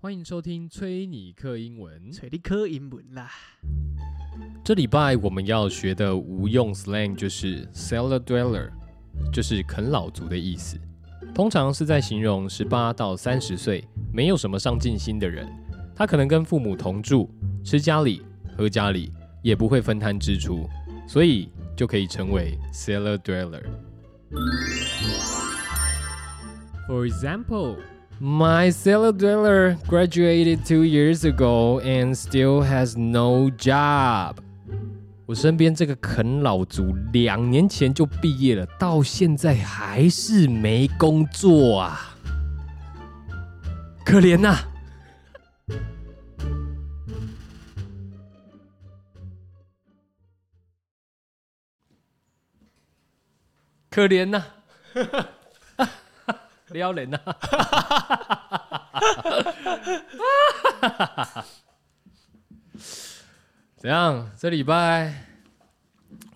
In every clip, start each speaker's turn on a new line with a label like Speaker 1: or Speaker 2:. Speaker 1: 欢迎收听崔尼克英文。
Speaker 2: 找你考英文啦。
Speaker 1: 这礼拜我们要学的无用 slang 就是 cellar dweller，就是啃老族的意思。通常是在形容十八到三十岁没有什么上进心的人，他可能跟父母同住，吃家里、喝家里，也不会分摊支出，所以就可以成为 cellar dweller。For example, My cellar dweller graduated two years ago and still has no job。我身边这个啃老族两年前就毕业了，到现在还是没工作啊，可怜呐、可怜呐、 撩人呐、怎样？这礼拜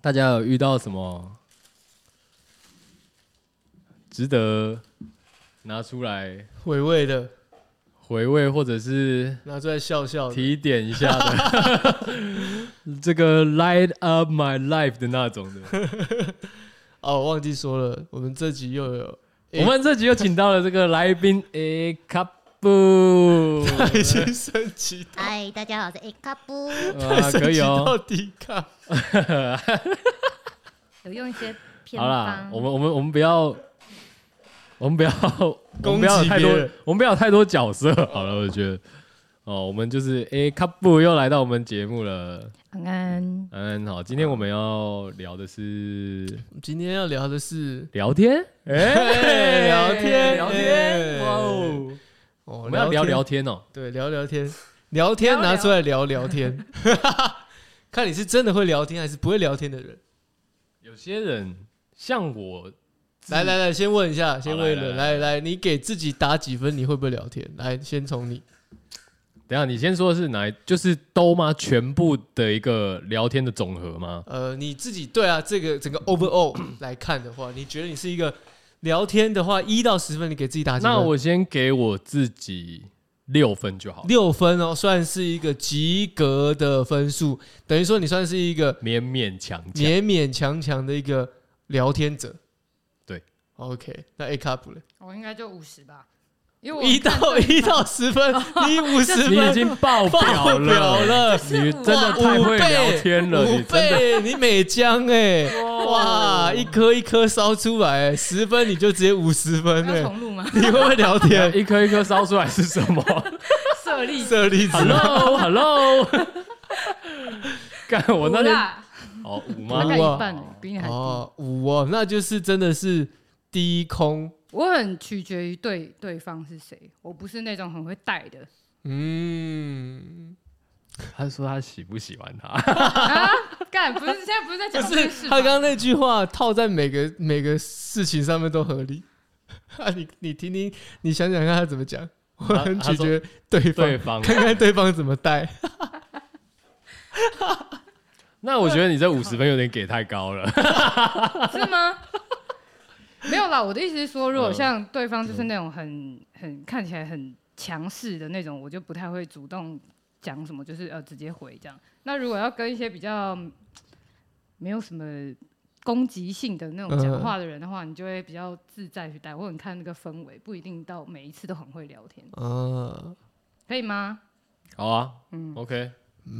Speaker 1: 大家有遇到什么值得拿出来
Speaker 2: 伟伟的，
Speaker 1: 回味，或者是
Speaker 2: 拿出来笑笑的。
Speaker 1: 提点一下的？ 这个 light up my life 的那种的。
Speaker 2: 哦，我忘记说了，我们这集又有
Speaker 1: 我们这集又请到了这个来宾 A couple，
Speaker 2: 爱情升 级到
Speaker 3: 嗨，大家好，我是 A 卡布。
Speaker 1: 啊，可
Speaker 2: 升级
Speaker 1: 以哦。
Speaker 2: 到底卡。
Speaker 3: 有用一些偏
Speaker 1: 好啦
Speaker 3: 方，，
Speaker 1: 我们我们我们不要，我 们不要，我们不要有
Speaker 2: 攻击
Speaker 1: 太多
Speaker 2: 别人，
Speaker 1: 我们不要有太多角色。好了，我觉得，哦，我们就是诶，卡布又来到我们节目了。
Speaker 3: 安安
Speaker 1: 嗯，好，今天我们要聊的是
Speaker 2: 今天要聊的是
Speaker 1: 聊天，
Speaker 2: 嘿聊天
Speaker 1: 聊
Speaker 2: 哎
Speaker 1: 天，哇哦，
Speaker 2: 哦，
Speaker 1: 我们要聊
Speaker 2: 天
Speaker 1: 聊，天哦。
Speaker 2: 对，聊聊天，聊天
Speaker 3: 聊聊
Speaker 2: 拿出来聊聊天， 看你是真的会聊天还是不会聊天的人。
Speaker 1: 有些人像我，
Speaker 2: 来来来，先问一下，先问一
Speaker 1: 来
Speaker 2: 轮，
Speaker 1: 来
Speaker 2: 来来，你给自己打几分？你会不会聊天？来，先从你
Speaker 1: 等一下你先说的是哪一？就是都吗？全部的一个聊天的总和吗？
Speaker 2: 呃，你自己对啊，这个整个 overall 来看的话，你觉得你是一个聊天的话，一到十分，你给自己打几分？
Speaker 1: 那我先给我自己六分就好了。
Speaker 2: 六分哦，算是一个及格的分数，等于说你算是一个
Speaker 1: 勉勉强强。
Speaker 2: 勉勉强强的一个聊天者。
Speaker 1: 对
Speaker 2: ，OK，那 A cup 嘞，
Speaker 3: 我应该就五十吧，因为我
Speaker 2: 一
Speaker 3: 看哦
Speaker 2: 到
Speaker 3: 对
Speaker 2: 一到十 分，你五十
Speaker 1: 你已
Speaker 2: 分
Speaker 1: 经爆表
Speaker 2: 爆表
Speaker 1: 了，
Speaker 2: 了。
Speaker 1: 你真的太会聊天了，
Speaker 2: 五
Speaker 1: 你真的
Speaker 2: 倍，你美江哎、哇，一颗一颗烧出来、十分你就直接五十分哎、
Speaker 3: 要重录吗？
Speaker 2: 你会不会聊天？
Speaker 1: 一颗一颗烧出来是什 么
Speaker 3: 设立
Speaker 2: 舍利子，
Speaker 1: 啊 ？Hello，Hello，干我那天
Speaker 3: 五啦
Speaker 1: 哦五
Speaker 3: 大
Speaker 1: 吗？
Speaker 3: 概
Speaker 2: 哇
Speaker 3: 一半了，比你还低。
Speaker 2: 哦，五哦，那就是真的是低空，
Speaker 3: 我很取决于对对方是谁，我不是那种很会带的。
Speaker 2: 嗯，
Speaker 1: 他说他喜不喜欢他？
Speaker 3: 干，不是现在不是在
Speaker 2: 就
Speaker 3: 讲这个
Speaker 2: 是
Speaker 3: 事
Speaker 2: 他
Speaker 3: 吧
Speaker 2: 刚刚那句话套在每个每个事情上面都合理。 啊，你你听听，你想想看他怎么讲，我很
Speaker 1: 他
Speaker 2: 取决对方，
Speaker 1: 对方。
Speaker 2: 看看对方怎么带。
Speaker 1: 那我觉得你这五十分有点给太高 了。
Speaker 3: 是吗？没有啦，我的意思是说，如果
Speaker 1: 嗯
Speaker 3: 像对方就是那种很很看起来很强势的那种，我就不太会主动讲什么，就是呃直接回这样。那如果要跟一些比较嗯没有什么攻击性的那种讲话的人的话，你就会比较自在去带。我很看那个氛围，不一定到每一次都很会聊天，
Speaker 2: 啊，
Speaker 3: 可以吗？
Speaker 1: 好啊
Speaker 3: 嗯，
Speaker 1: ，OK，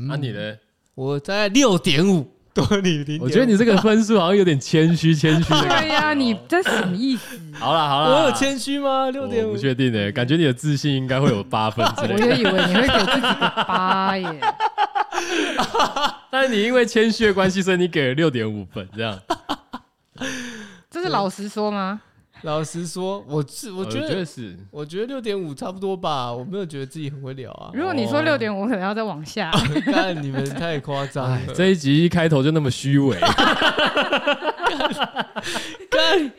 Speaker 1: 那你呢？
Speaker 2: 我在六点五，多你零。
Speaker 1: 我觉得你这个分数好像有点谦虚，谦虚的感觉哦。
Speaker 3: 对呀、你这什么意思？
Speaker 1: 好了好了，
Speaker 2: 我有谦虚吗？六点
Speaker 1: 我
Speaker 2: 五
Speaker 1: 不，确定诶，感觉你的自信应该会有八分之
Speaker 3: 我
Speaker 1: 类的。
Speaker 3: 也以为你会给自己个八耶，
Speaker 1: 但是你因为谦虚的关系，所以你给了六点五分， 这样
Speaker 3: 这是老实说吗？
Speaker 2: 老实说，我是我觉
Speaker 1: 觉
Speaker 2: 得
Speaker 1: 得 是
Speaker 2: 我觉得六点五差不多吧，我没有觉得自己很会聊啊。
Speaker 3: 如果你说
Speaker 1: 哦
Speaker 3: 六点，我可能要再往下。
Speaker 2: 看你们太夸 张了，
Speaker 1: 哎这一集一开头就那么虚伪，
Speaker 2: 干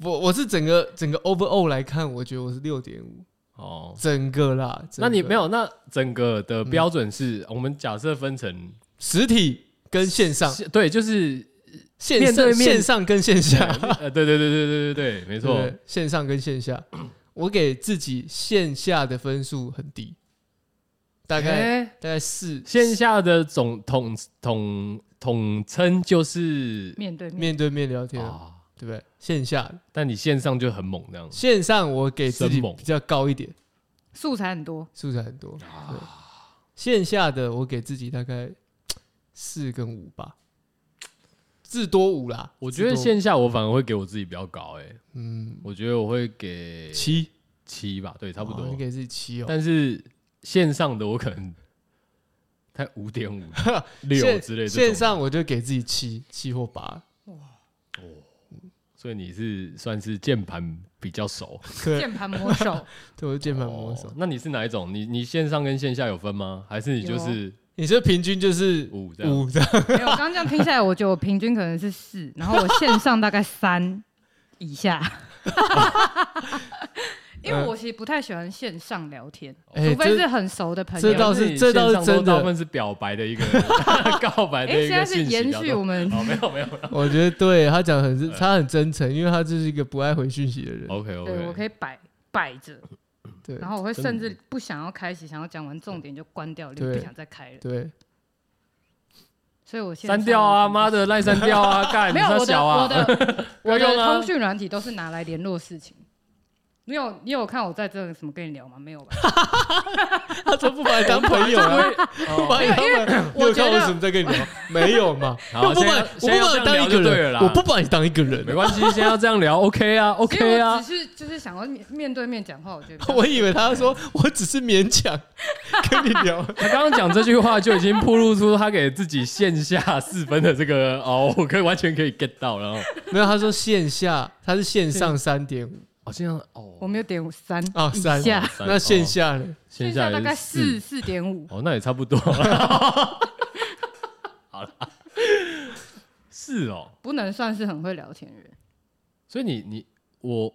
Speaker 2: 我我是整个整个 overall 来看，我觉得我是六点五，
Speaker 1: 哦。
Speaker 2: 整个啦。
Speaker 1: 那你没
Speaker 2: 有
Speaker 1: 有？那整个的标准是、我们假设分成
Speaker 2: 实体跟线上，
Speaker 1: 是对， 就是
Speaker 2: 线上
Speaker 1: 面对面哎
Speaker 2: 线上跟线下，
Speaker 1: 呃，对对对对对对对，没
Speaker 2: 没
Speaker 1: 错。
Speaker 2: 线上跟线下。我给自己线下的分数很低，大概、
Speaker 3: 哎
Speaker 1: 诶
Speaker 2: 大概四
Speaker 1: 哎线下的总统统统称就是
Speaker 3: 面对面
Speaker 2: 面哦对面聊天，
Speaker 1: 啊，
Speaker 2: 对不对？线下
Speaker 1: 但你线上就很猛这样子
Speaker 2: 线上我给自己
Speaker 1: 生猛
Speaker 2: 比较高一点，
Speaker 3: 素材很多，
Speaker 2: 素材很多。对，线下的我给自己大概四跟五吧，至多五啦。
Speaker 1: 我觉得
Speaker 2: 至多五
Speaker 1: 线下我反而会给我自己比较高哎、
Speaker 2: 嗯
Speaker 1: 我觉得我会给
Speaker 2: 七
Speaker 1: 七吧，对，差不
Speaker 2: 哦
Speaker 1: 多。
Speaker 2: 你给自己七哦。
Speaker 1: 但是线上的我可能才五点 五六
Speaker 2: 线
Speaker 1: 之类的，
Speaker 2: 线上我就给自己七七或八，
Speaker 1: 所以你是算是键盘比较熟，
Speaker 2: 对，
Speaker 3: 键盘魔手，
Speaker 2: 对我是键盘魔手
Speaker 1: 哦。那你是哪一种？你你线上跟线下有分吗？还是你就是
Speaker 2: 你这平均就是
Speaker 3: 啊
Speaker 1: 五这样？
Speaker 2: 五这样，
Speaker 3: 没有，我刚刚这样听下来，我觉得我平均可能是四，然后我线上大概三以下，因为我其实不太喜欢线上聊天，
Speaker 1: 哦
Speaker 2: 哎
Speaker 3: 除非
Speaker 2: 这
Speaker 3: 是很熟的朋
Speaker 2: 这
Speaker 3: 友。
Speaker 2: 倒是这倒是
Speaker 1: 线上
Speaker 2: 真的
Speaker 1: 大部分是表白的一个 告白
Speaker 3: 哎、
Speaker 1: 的一
Speaker 3: 现
Speaker 1: 个
Speaker 3: 在是
Speaker 1: 信息比
Speaker 3: 延
Speaker 1: 较
Speaker 3: 续
Speaker 1: 多。
Speaker 3: 我们
Speaker 1: 哦，没有没有没有。
Speaker 2: 我觉得对他讲很
Speaker 1: 哎
Speaker 2: 他很真诚，因为他就是一个不爱回讯息的人。
Speaker 1: OK
Speaker 3: 对我
Speaker 1: 哦 OK，
Speaker 3: 可以摆摆着，
Speaker 2: 对
Speaker 3: 然后我会
Speaker 1: 真的
Speaker 3: 甚至不想要开始，想要讲完重点就关掉，就
Speaker 2: 对
Speaker 3: 不想再开了。
Speaker 2: 对，
Speaker 3: 所以我现在
Speaker 1: 删掉啊！妈的，赖删掉啊！干，
Speaker 2: 哎
Speaker 3: 没有
Speaker 1: 你
Speaker 3: 我
Speaker 1: 傻
Speaker 3: 的
Speaker 1: 小啊
Speaker 3: 我的我
Speaker 1: 不要
Speaker 3: 的
Speaker 1: 用啊
Speaker 3: 通讯软体都是拿来联络事情。你有你有看我在这什么跟你聊吗？没有吧？
Speaker 2: 他怎么不把你当朋友啊？不
Speaker 1: 哦
Speaker 2: 把你当朋友，你有
Speaker 3: 我觉
Speaker 2: 看
Speaker 3: 得
Speaker 2: 我什么在跟你 聊？没有嘛？
Speaker 1: 好
Speaker 2: 我不把
Speaker 1: 现在
Speaker 2: 我不
Speaker 1: 现在要
Speaker 2: 把你
Speaker 1: 这
Speaker 2: 当
Speaker 1: 样
Speaker 2: 一个
Speaker 1: 聊就对了
Speaker 2: 人，
Speaker 1: 啦
Speaker 2: 我不把你当一个人
Speaker 1: 没。关系，现在要这样聊，OK 啊
Speaker 3: 因
Speaker 1: ，OK
Speaker 3: 为
Speaker 1: 啊
Speaker 3: 我，只是就是想要面面对面讲话，我觉得比 较
Speaker 2: 我以为他说我只是勉 强跟你聊，
Speaker 1: 他刚刚讲这句话就已经铺露出他给自己线下四分的这个哦，我可以完全可以 get 到，然后
Speaker 2: 没有他说线下他是线上三点五，
Speaker 1: 好像
Speaker 3: 我
Speaker 1: 哦
Speaker 3: 没有点三
Speaker 2: 哦
Speaker 3: 以
Speaker 2: 三
Speaker 3: 下，
Speaker 1: 三
Speaker 2: 那线
Speaker 1: 哦
Speaker 2: 下呢？
Speaker 1: 线
Speaker 3: 下
Speaker 1: 下
Speaker 3: 大
Speaker 1: 也
Speaker 3: 概
Speaker 1: 是
Speaker 3: 四四点五，
Speaker 1: 哦，那也差不多。好了，是哦，
Speaker 3: 不能算是很会聊天的人。
Speaker 1: 所以你你我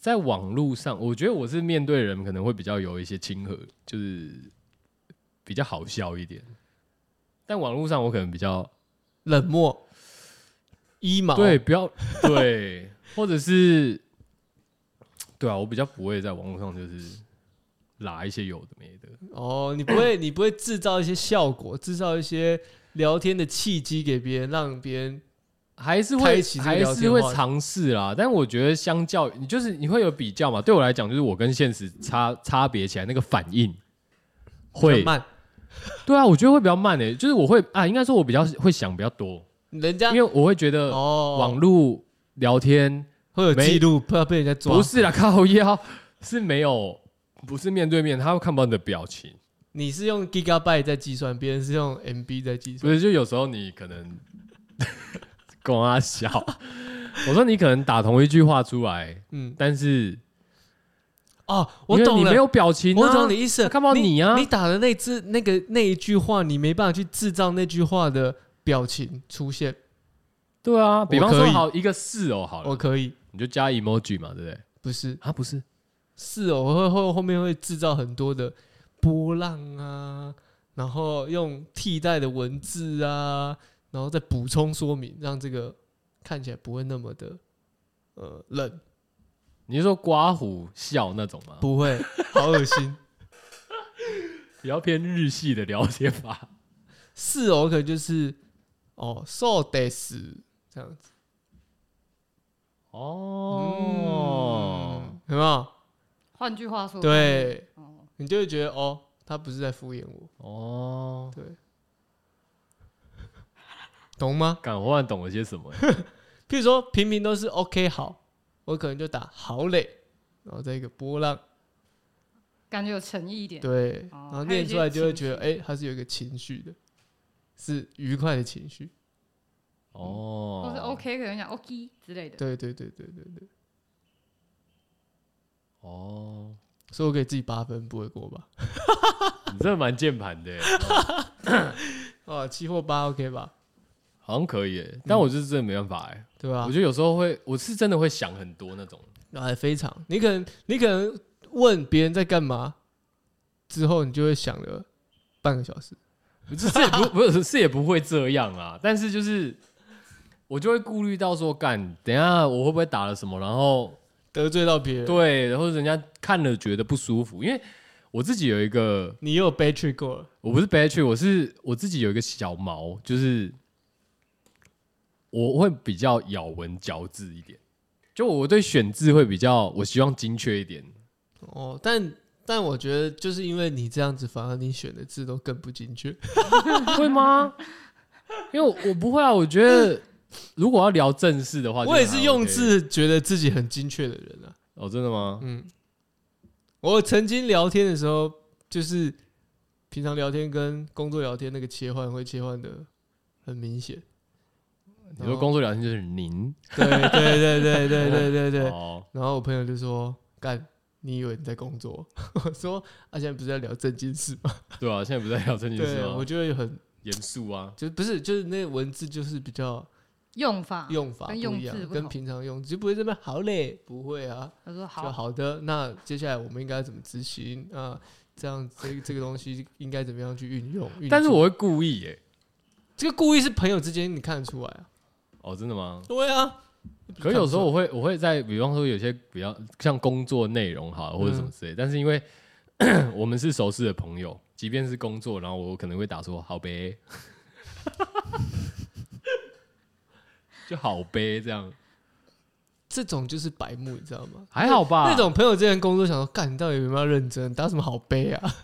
Speaker 1: 在网络上，我觉得我是面对人可能会比较有一些亲和，就是比较好笑一点。但网络上我可能比较
Speaker 2: 冷漠，一毛
Speaker 1: 对，不要对，或者是对啊，我比较不会在网络上就是拉一些有的没的。
Speaker 2: 哦，你不会，你不会制造一些效果，制造一些聊天的契机给别人，让别人
Speaker 1: 还是
Speaker 2: 开
Speaker 1: 会
Speaker 2: 启这个
Speaker 1: 还
Speaker 2: 聊
Speaker 1: 是
Speaker 2: 天
Speaker 1: 会
Speaker 2: 话题
Speaker 1: 尝试啦，但我觉得相较你就是你会有比较嘛，对我来讲就是我跟现实差差别起来那个反应
Speaker 2: 比
Speaker 1: 会
Speaker 2: 较慢，
Speaker 1: 对啊，我觉得会比较慢诶、就是我会啊，应该说我比较会想比较多，
Speaker 2: 人家
Speaker 1: 因为我会觉得
Speaker 2: 啊哦，
Speaker 1: 网络聊天
Speaker 2: 会有
Speaker 1: 没
Speaker 2: 记录，怕被人家抓
Speaker 1: 不。是啦，靠腰是没有，不是面对面，他会看不到你的表情，
Speaker 2: 你是用 gigabyte 在计算，别人是用 MB 在计
Speaker 1: 不
Speaker 2: 算。
Speaker 1: 是就有时候你可 能跟他笑，我说你可能打同一句话出来，
Speaker 2: 嗯，
Speaker 1: 但是
Speaker 2: 哦，我
Speaker 1: 因为
Speaker 2: 懂
Speaker 1: 你没
Speaker 2: 了，
Speaker 1: 有表情、啊，
Speaker 2: 我懂你意思。
Speaker 1: 他看不到你啊
Speaker 2: 你打的那字那个那一句话，你没办法去制造那句话的表情出现。
Speaker 1: 对啊，比方
Speaker 2: 我
Speaker 1: 说
Speaker 2: 可以
Speaker 1: 好一个是哦，好
Speaker 2: 我
Speaker 1: 了，
Speaker 2: 可以，
Speaker 1: 你就加 emoji 嘛，对不对？
Speaker 2: 不是
Speaker 1: 啊，不是，
Speaker 2: 是哦，我会后后面会制造很多的波浪啊，然后用替代的文字啊，然后再补充说明，让这个看起来不会那么的呃冷，
Speaker 1: 哦你是说刮胡笑那种吗？
Speaker 2: 不会，好恶 心。
Speaker 1: 比较偏日系的聊天法。
Speaker 2: 是哦，我可能就是哦，so this 这样子，
Speaker 1: 哦，
Speaker 2: 嗯，有没有？
Speaker 3: 换句话说，
Speaker 2: 对，
Speaker 3: 哦，
Speaker 2: 你就会觉得哦，他不是在敷衍我，
Speaker 1: 哦，
Speaker 2: 对，懂吗？
Speaker 1: 敢忽然懂了些什么欸？
Speaker 2: 譬如说平平都是 OK 好，我可能就打好嘞，然后再一个波浪，
Speaker 3: 感觉有诚意一点。
Speaker 2: 对，
Speaker 3: 哦
Speaker 2: 然后念出来就会觉得，哎、它是有一个情绪的，是愉快的情绪。
Speaker 1: 哦，
Speaker 3: 或是 OK，可能讲 OK 之类的。
Speaker 2: 对对对对对对，
Speaker 1: 哦，
Speaker 2: 所以我给自己八分，不为过吧？
Speaker 1: 你真的蛮键盘的欸，
Speaker 2: 哦，七或八 OK 吧？
Speaker 1: 好像可以欸，但我就是真的没办法哎，
Speaker 2: 对吧
Speaker 1: 我？觉得有时候会，我是真的会想很多那种。
Speaker 2: 啊，非常，你可能你可能问别人在干嘛，之后你就会想了半个小时。
Speaker 1: 不是是也不 不是是也不会这样啊，但是就是我就会顾虑到说，干等一下我会不会打了什么，然后
Speaker 2: 得罪到别人，
Speaker 1: 对，然后人家看了觉得不舒服，因为我自己有一个，
Speaker 2: 你又有 bad trip 过了，
Speaker 1: 我不是 bad trip，我是我自己有一个小毛，就是我会比较咬文嚼字一点，就我对选字会比较，我希望精确一点。
Speaker 2: 哦，但但我觉得就是因为你这样子，反而你选的字都更不精确。
Speaker 1: 会吗？因为我我不会啊，我觉得如果要聊正事的话，
Speaker 2: 我也
Speaker 1: 啊就是还
Speaker 2: 用
Speaker 1: OK
Speaker 2: 字觉得自己很精确的人啊。
Speaker 1: 哦，真的吗？
Speaker 2: 嗯，我曾经聊天的时候，就是平常聊天跟工作聊天那个切换会切换的很明显。
Speaker 1: 你
Speaker 2: 哦
Speaker 1: 说工作聊天就是您
Speaker 2: 对对对对对对对对。
Speaker 1: 哦，
Speaker 2: 然后我朋友就说：“干，你以为你在工作？” 我说：“啊，现在不是在聊正经事 吗
Speaker 1: 对啊，现在不在聊正？”经事
Speaker 2: 对，
Speaker 1: 吗
Speaker 2: 我？就会很
Speaker 1: 严肃啊，
Speaker 2: 就不是就是那文字就是比较
Speaker 3: 用法。
Speaker 2: 用法不
Speaker 3: 跟用
Speaker 2: 一样
Speaker 3: 字，不
Speaker 2: 跟
Speaker 3: 同
Speaker 2: 平常用就不会这么好嘞，不会啊。
Speaker 3: 他说
Speaker 2: 就
Speaker 3: 好，
Speaker 2: 好的，那接下来我们应该怎么执行啊？这样这这个东西应该怎么样去运用？运
Speaker 1: 但是
Speaker 2: 作
Speaker 1: 我会故意耶、
Speaker 2: 这个故意是朋友之间，你看得出来啊？
Speaker 1: 哦，真的吗？
Speaker 2: 对啊，
Speaker 1: 可有时候我会我会在，比方说有些比较像工作内容哈，或者什么之类，
Speaker 2: 嗯
Speaker 1: 但是因为 我们是熟识的朋友，即便是工作，然后我可能会打说好呗， 就好呗这样，
Speaker 2: 这种就是白目，你知道吗？
Speaker 1: 还好吧？
Speaker 2: 那种朋友之间工作，想说干，你到底有没有认真？打什么好悲啊？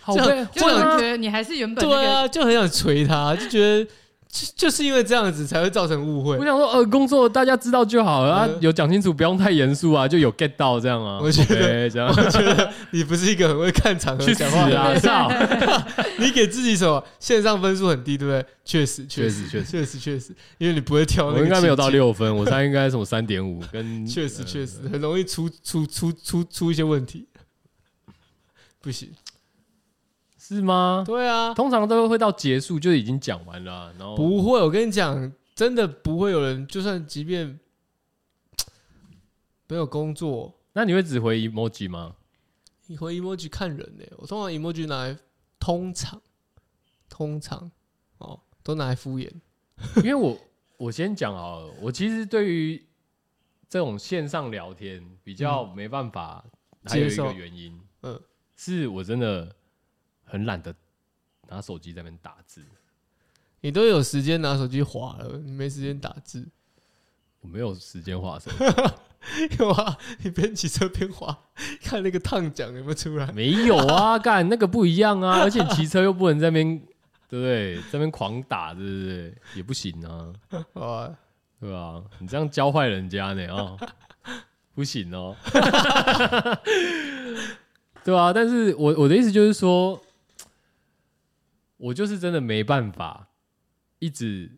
Speaker 1: 好
Speaker 2: 这
Speaker 1: 呗
Speaker 2: 样，
Speaker 3: 就
Speaker 1: 会
Speaker 3: 有人
Speaker 1: 吗
Speaker 3: 觉？得你还是原本
Speaker 2: 对
Speaker 3: 那个
Speaker 2: 啊，就很想捶他，就觉得就就是因为这样子才会造成误会
Speaker 1: 我。想说，呃，工作大家知道就好了，啊
Speaker 2: 嗯
Speaker 1: 有讲清楚，不用太严肃啊，就有 get 到这样啊。
Speaker 2: 我觉得
Speaker 1: 好呗这样
Speaker 2: 我觉得你不是一个很会看场合
Speaker 1: 去死
Speaker 2: 讲话的人，
Speaker 1: 啊！操，
Speaker 2: 你给自己什么线上分数很低，对不对？确实，
Speaker 1: 确
Speaker 2: 确
Speaker 1: 实确实
Speaker 2: 确实，确实，因为你不会挑那个
Speaker 1: 我应该没有到
Speaker 2: 情境
Speaker 1: 六分，我猜应该什么三点五跟
Speaker 2: 确实确实很容易出出出出出一些问题，不行。
Speaker 1: 是吗？
Speaker 2: 对啊，
Speaker 1: 通常都会到结束就已经讲完了啊、然后
Speaker 2: 不会，我跟你讲，真的不会有人，就算即便没有工作，
Speaker 1: 那你会只回 emoji 吗？
Speaker 2: 你回 emoji 看人呢、我通常 emoji 拿来通常通常哦都拿来敷衍，
Speaker 1: 因为我 我先讲好了，我其实对于这种线上聊天比较没办法，还有一
Speaker 2: 接受
Speaker 1: 个原因，嗯
Speaker 2: 嗯，
Speaker 1: 是我真的很懒得拿手机在那边打字，
Speaker 2: 你都有时间拿手机划了，你没时间打字，
Speaker 1: 我没有时间画手，
Speaker 2: 有啊？你边骑车边划，看那个烫奖有没有出 来？
Speaker 1: 没有啊，干那个不一样啊，而且你骑车又不能在那边，对不对？在那边狂打，对不对？也不行啊。
Speaker 2: 好啊。
Speaker 1: 对啊，你这样教坏人家呢啊、 不行哦。 对啊，但是我我的意思就是说，我就是真的没办法一直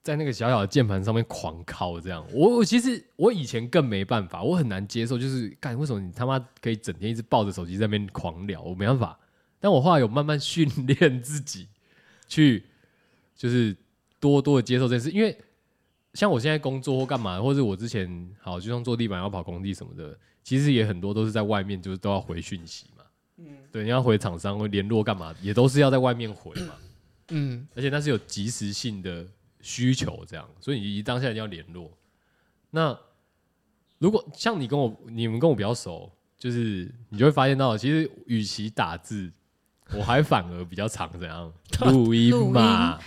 Speaker 1: 在那个小小的键盘上面狂敲这样。我我其实我以前更没办法，我很难接受，就是干为什么你他妈可以整天一直抱着手机在那边狂聊，我没办法。但我后来有慢慢训练自己去，就是多多的接受这件事，因为像我现在工作或干嘛，或者我之前好，就像做地板要跑工地什么的，其实也很多都是在外面，就是都要回讯息嘛。嗯，对，你要回厂商会联络干嘛，也都是要在外面回嘛，
Speaker 2: 嗯，
Speaker 1: 而且那是有及时性的需求，这样，所以你当下一定要联络。那如果像你跟我，你们跟我比较熟，就是你就会发现到，其实与其打字，我还反而比较常怎样 录音嘛，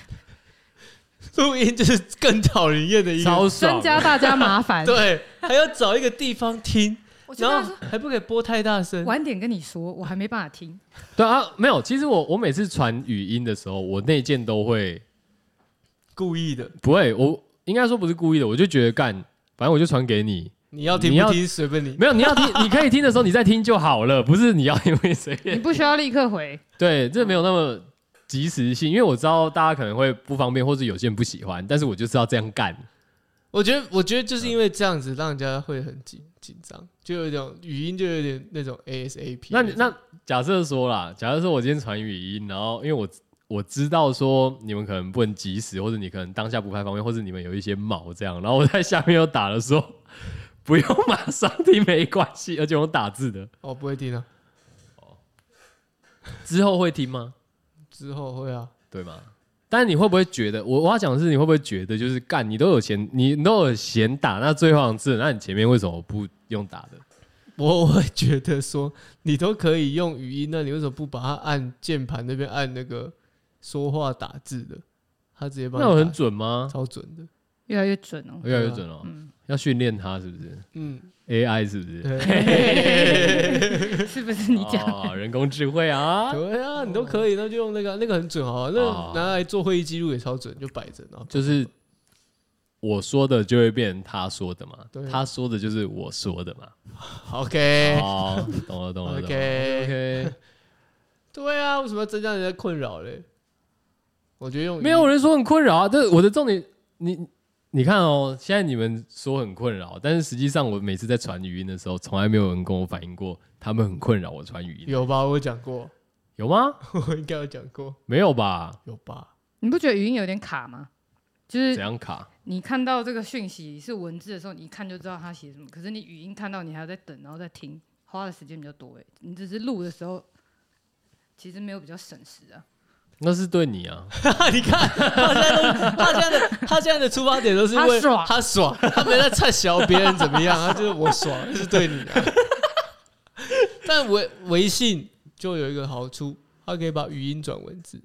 Speaker 2: 录音就是更讨人厌的一个，
Speaker 1: 超爽
Speaker 3: 增加
Speaker 1: 的。
Speaker 3: 大家麻烦。
Speaker 2: 对，还要找一个地方听，
Speaker 3: 我觉
Speaker 2: 然
Speaker 3: 得
Speaker 2: 后还不可以播太大声。
Speaker 3: 晚点跟你说，我还没办法听。
Speaker 1: 对啊，没有。其实我我每次传语音的时候，我内建都会
Speaker 2: 故意的，
Speaker 1: 不会，我应该说不是故意的，我就觉得干，反正我就传给你。
Speaker 2: 你要听
Speaker 1: 你要
Speaker 2: 不听随便你。
Speaker 1: 没有，你要听，你可以听的时候你再听就好了，不是你要因为随
Speaker 3: 你
Speaker 1: 便。
Speaker 3: 不需要立刻回，
Speaker 1: 对，这没有那么及时性，因为我知道大家可能会不方便，或者有些人不喜欢，但是我就是要这样干。
Speaker 2: 我觉得，我觉得就是因为这样子，让人家会很紧紧张，就有一种语音，就有点那种 ASAP
Speaker 1: 那
Speaker 2: 种。
Speaker 1: 你那假设说啦，假设说我今天传语音，然后因为我我知道说你们可能不能及时，或者你可能当下不太方便，或者你们有一些毛这样，然后我在下面又打了说 不用马上听没关系，而且我打字的
Speaker 2: 哦，不会听啊，
Speaker 1: 之后会听吗？
Speaker 2: 之后会啊，
Speaker 1: 对吗？但你会不会觉得，我我要讲的是，你会不会觉得，就是干你都有钱，你你都有钱打，那最后两次，那你前面为什么不用打的？
Speaker 2: 我我会觉得说，你都可以用语音，那你为什么不把它按键盘那边按那个说话打字的？它直接帮
Speaker 1: 那我
Speaker 2: 你
Speaker 1: 很
Speaker 2: 打，
Speaker 1: 准啊吗？
Speaker 2: 超准的。
Speaker 3: 越来越准哦。
Speaker 1: 越来越准了、
Speaker 3: 嗯，
Speaker 1: 要训练它是不是
Speaker 2: 嗯，
Speaker 1: ？AI 是不是？
Speaker 2: 对
Speaker 3: 是 不是你讲？
Speaker 1: 哎哦人工智慧啊，
Speaker 2: 对啊，你都可以，那就用那个，那个很准哦。
Speaker 1: 哦
Speaker 2: 那拿来做会议记录也超准，就摆着，然后
Speaker 1: 就是我说的就会变成他说的嘛
Speaker 2: 对，
Speaker 1: 他说的就是我说的嘛。
Speaker 2: OK
Speaker 1: 哦，懂了懂了懂了。
Speaker 2: OK，
Speaker 1: OK，
Speaker 2: 对啊，为什么要增加人家困扰嘞？我觉得用语
Speaker 1: 没有人说很困扰啊，但是我的重点，你你看哦，现在你们说很困扰，但是实际上我每次在传语音的时候，从来没有人跟我反映过他们很困扰我传语音，
Speaker 2: 有吧？我讲 过，
Speaker 1: 有吗？
Speaker 2: 我应该有讲过，
Speaker 1: 没有吧？
Speaker 2: 有吧？
Speaker 3: 你不觉得语音有点卡吗？就
Speaker 1: 怎
Speaker 3: 是
Speaker 1: 样卡？
Speaker 3: 你看到这个讯息是文字的时候，你一看就知道他写什么。可是你语音看到，你还要再等，然后再听，花的时间比较多哎。你只是录的时候，其实没有比较省时啊。
Speaker 1: 那是对你啊，
Speaker 2: 你看他现在都，他现在的他现在的出发点都是为
Speaker 3: 他爽
Speaker 2: 他爽，他没在嘲笑别人怎么样，他就是 我爽，这是对你、啊。但微微信就有一个好处，它可以把语音转文字，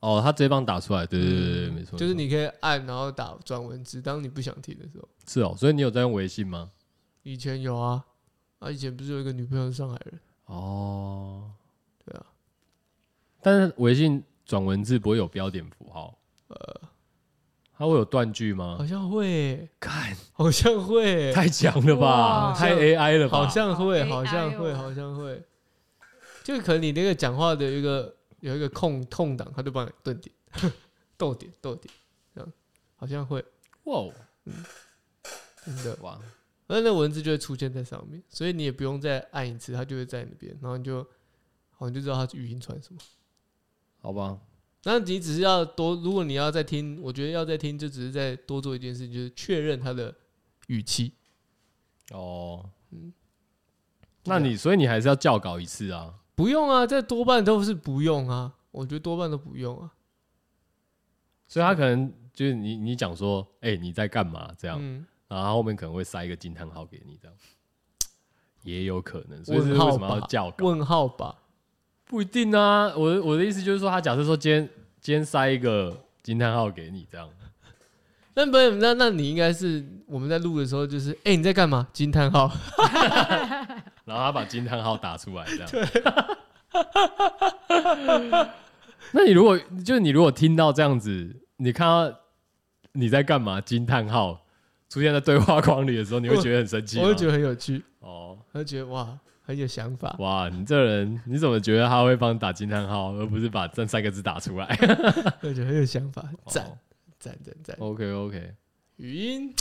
Speaker 1: 哦，他直接帮你打出来，对对对对，没错，
Speaker 2: 就是
Speaker 1: 没错
Speaker 2: 你可以按然后打转文字，当你不想听的时候。
Speaker 1: 是哦，所以你有在用微信吗？
Speaker 2: 以前有啊，啊，以前不是有一个女朋友是上海人，
Speaker 1: 哦，
Speaker 2: 对啊，
Speaker 1: 但是微信转文字不会有标点符号，呃，它会有断句吗？
Speaker 2: 好像会欸、
Speaker 1: 看，
Speaker 2: 好像会欸、
Speaker 1: 太强了吧，
Speaker 3: 哇
Speaker 1: 太 AI 了吧，
Speaker 2: 好像会，
Speaker 3: 好
Speaker 2: 好
Speaker 3: AI
Speaker 2: 像会，
Speaker 3: 哦
Speaker 2: 好像会。就可能你那个讲话的有一个有一个空空档，他就帮你顿点、 逗点、逗点，这样好像会
Speaker 1: 哇哦
Speaker 2: 嗯真的。
Speaker 1: 哇，
Speaker 2: 那那文字就会出现在上面，所以你也不用再按一次，它就会在那边，然后你就好你就知道它语音传什么。
Speaker 1: 好吧，
Speaker 2: 那你只是要多，如果你要再听，我觉得要再听，就只是再多做一件事情，就是确认它的语气。
Speaker 1: 哦，
Speaker 2: 嗯
Speaker 1: 那
Speaker 2: 啊
Speaker 1: 你所以你还是要校稿一次啊？
Speaker 2: 不用啊，这多半都是不用啊，我觉得多半都不用啊。
Speaker 1: 所以他可能就是你你讲说，哎、你在干嘛这样，
Speaker 2: 嗯，
Speaker 1: 然后他后面可能会塞一个惊叹号给你这样，也有可能，所以是
Speaker 2: 问
Speaker 1: 为
Speaker 2: 号
Speaker 1: 什么要
Speaker 2: 吧
Speaker 1: 校稿？
Speaker 2: 问号吧。
Speaker 1: 不一定啊，我的我的意思就是说，他假设说今天今天塞一个惊叹号给你这样，
Speaker 2: 那不是，那那你应该是我们在录的时候，就是哎、你在干嘛？惊叹号，
Speaker 1: 然后他把惊叹号打出来这样。 那你如果就是你如果听到这样子，你看到你在干嘛？惊叹号出现在对话框里的时候，你会觉得很生气吗？
Speaker 2: 我会觉得很有趣，
Speaker 1: 哦，
Speaker 2: 我会觉得哇，很有想法。
Speaker 1: 哇，你这人你怎么觉得他会帮你打惊叹号，而不是把这三个字打出来？
Speaker 2: 我觉得很有想法， 赞赞赞赞。
Speaker 1: o k OK，
Speaker 2: 语音，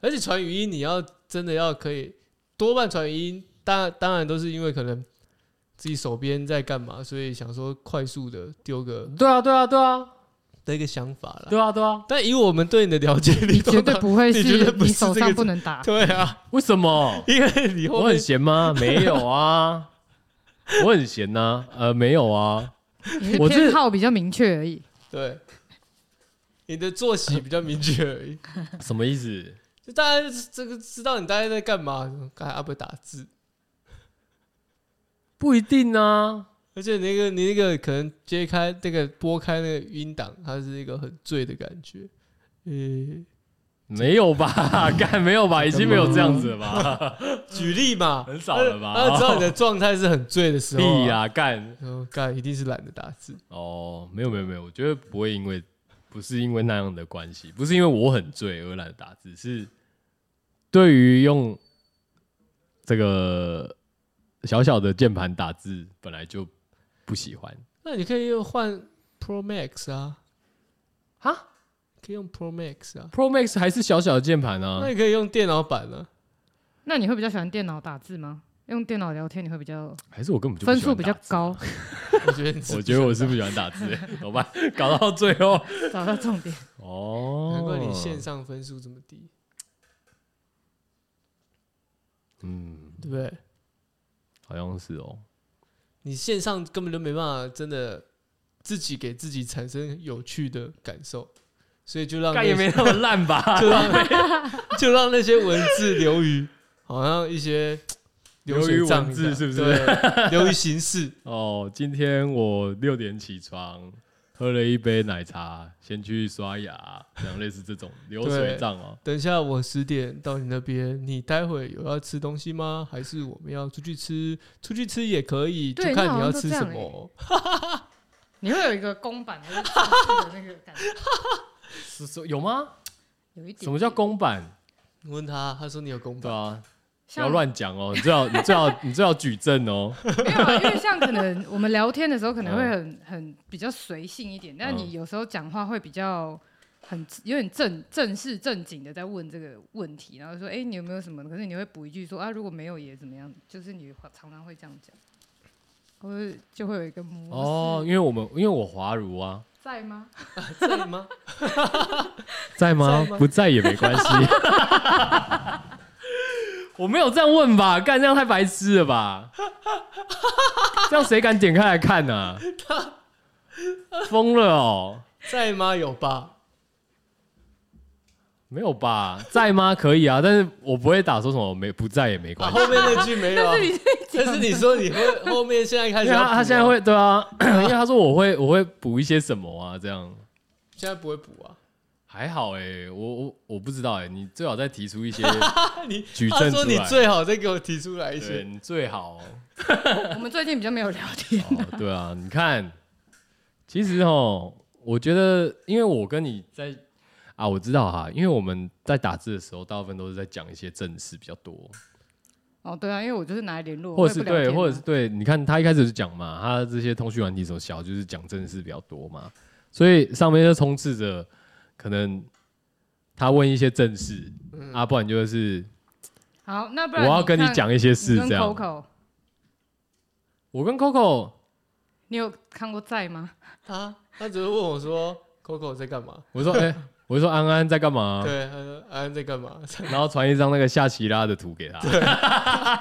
Speaker 2: 而且传语音你要真的要可以，多半传语音，当当然都是因为可能自己手边在干嘛，所以想说快速的丢个
Speaker 1: 对啊对啊对啊
Speaker 2: 的一个想法啦。
Speaker 1: 对啊对啊，
Speaker 2: 但以我们对你的了解，你
Speaker 3: 绝
Speaker 2: 多
Speaker 3: 对
Speaker 2: 半
Speaker 3: 不会
Speaker 2: 你绝对
Speaker 3: 是
Speaker 2: 不
Speaker 3: 你
Speaker 2: 是
Speaker 3: 手
Speaker 2: 这个
Speaker 3: 上不能打，
Speaker 2: 对啊，
Speaker 1: 为什么？
Speaker 2: 因为你后
Speaker 1: 我很
Speaker 2: 面
Speaker 1: 闲 吗？没有啊，我很闲呐、呃，没有啊，
Speaker 3: 你
Speaker 1: 我
Speaker 3: 的
Speaker 1: 这
Speaker 3: 偏好比较明确而已。
Speaker 2: 对你的作息比较明确而已。
Speaker 1: 什么意思？
Speaker 2: 就大家这个知道你大概在干嘛，干阿不打字，
Speaker 1: 不一定啊，
Speaker 2: 而且那个你那个可能揭开那个拨开那个语音档，它是一个很醉的感觉，呃、
Speaker 1: 没有吧？ 干没有吧？已经没有这样子了吧？
Speaker 2: 举例嘛，
Speaker 1: 很少了吧
Speaker 2: 他他知道你的状态是很醉的时候、
Speaker 1: 屁
Speaker 2: 啊，
Speaker 1: 呀，干
Speaker 2: 然后干一定是懒得打字，
Speaker 1: 哦，没有没有没有，我觉得不会因为不是因为那样的关系，不是因为我很醉而懒得打字，是对于用这个小小的键盘打字本来就不喜欢
Speaker 2: 那你可以用换 Pro Max 啊，
Speaker 1: 哈
Speaker 2: 可以用 Pro Max 啊，
Speaker 1: Pro Max 还是小小的键盘啊
Speaker 2: 那，你可以用电脑版啊，
Speaker 3: 那你会比较喜欢电脑打字吗？用电脑聊天你会比较
Speaker 1: 还是我根本就不
Speaker 3: 分
Speaker 1: 喜欢
Speaker 3: 数比较
Speaker 1: 打字。
Speaker 3: 高，
Speaker 2: 我觉得你是
Speaker 1: 我觉得我是不喜欢打 字，怎么办？搞到最后
Speaker 3: 找到重点。
Speaker 1: 哦，
Speaker 2: 难怪你线上分数这么低，
Speaker 1: 嗯，
Speaker 2: 对不对？
Speaker 1: 好像是哦。
Speaker 2: 你线上根本就没办法真的自己给自己产生有趣的感受，所以就让
Speaker 1: 干
Speaker 2: 那
Speaker 1: 也没那么烂吧？
Speaker 2: 就让那 就让那些文字流于好像一些流水账
Speaker 1: 流于文字是不是
Speaker 2: 对，流于形式。
Speaker 1: 哦，今天我六点起床，喝了一杯奶茶，先去刷牙，像类似这种流水账哦。
Speaker 2: 等一下，我十点到你那边，你待会有要吃东西吗？还是我们要出去吃？出去吃也可以，就
Speaker 3: 对
Speaker 2: 看
Speaker 3: 那好
Speaker 2: 你要
Speaker 3: 像都
Speaker 2: 吃
Speaker 3: 这
Speaker 2: 什
Speaker 3: 样欸
Speaker 2: 么。
Speaker 3: 你会有一个公版还是正式的那个感觉，
Speaker 1: 是是有吗？
Speaker 3: 有一点点。
Speaker 1: 什么叫公版？
Speaker 2: 你问他，他说你有 公
Speaker 1: 对
Speaker 2: 版，
Speaker 1: 啊，不
Speaker 3: 像
Speaker 1: 要乱讲哦，你最好你最好你最好举证哦。
Speaker 3: 没有啊，因为像可能我们聊天的时候可能会
Speaker 1: 嗯
Speaker 3: 很很比较随性一点，但
Speaker 1: 嗯
Speaker 3: 你有时候讲话会比较很有点正正式正经的在问这个问题，然后说哎、诶你有没有什么？可是你会补一句说啊如果没有也怎么样？就是你常常会这样讲，或者就会有一个模 式、
Speaker 1: 哦，因为我们因为我华如啊，
Speaker 3: 在吗？
Speaker 2: 在吗？
Speaker 1: 在吗
Speaker 2: 在？吗
Speaker 1: 不在也没关系。 我没有这样问吧？干这样太白痴了吧？这样谁敢点开来看呢、啊？疯了哦！
Speaker 2: 在吗？有吧？
Speaker 1: 没有吧？在吗？可以啊，但是我不会打说什么没不在也没关
Speaker 2: 啊，
Speaker 1: 系，
Speaker 2: 后面那句没有啊。但是你说你会后面现在开
Speaker 1: 因
Speaker 2: 始
Speaker 1: 为
Speaker 2: 要补
Speaker 1: 他
Speaker 2: 啊，
Speaker 1: 他现在会对啊， 因为他说我会我会补一些什么啊，这样
Speaker 2: 现在不会补啊？
Speaker 1: 还好哎、我我我不知道哎、你最好再提出一 些
Speaker 2: 你
Speaker 1: 举
Speaker 2: 他
Speaker 1: 证
Speaker 2: 说
Speaker 1: 出
Speaker 2: 你
Speaker 1: 来，
Speaker 2: 最好再给我提出来一
Speaker 1: 对
Speaker 2: 些。
Speaker 1: 你最好哦、
Speaker 3: 我们最近比较没有聊天，
Speaker 1: 哦，对啊，你看，其实哦，我觉得，因为我跟你在啊，我知道哈、因为我们在打字的时候，大部分都是在讲一些正事比较多，
Speaker 3: 哦对啊，因为我就是拿来联络，
Speaker 1: 或
Speaker 3: 我
Speaker 1: 者
Speaker 3: 也不
Speaker 1: 是
Speaker 3: 聊天
Speaker 1: 对，
Speaker 3: 啊
Speaker 1: 或者是对，你看他一开始就讲嘛，他这些通讯软体手小就是讲正事比较多嘛，所以上面就充斥着可能他问一些正事、啊，不然就是
Speaker 3: 好，那嗯不
Speaker 1: 我
Speaker 3: 然
Speaker 1: 要跟你
Speaker 3: 看，
Speaker 1: 讲一些
Speaker 3: 你
Speaker 1: 事
Speaker 3: 跟
Speaker 1: 这样。
Speaker 3: Coco，
Speaker 1: 我跟 Coco，
Speaker 3: 你有看过在吗？
Speaker 2: 他他只是问我说，Coco 在干嘛？
Speaker 1: 我说哎、我就说安安在干嘛？
Speaker 2: 对，他说安安在干嘛？
Speaker 1: 然后传一张那个夏奇拉的图给他。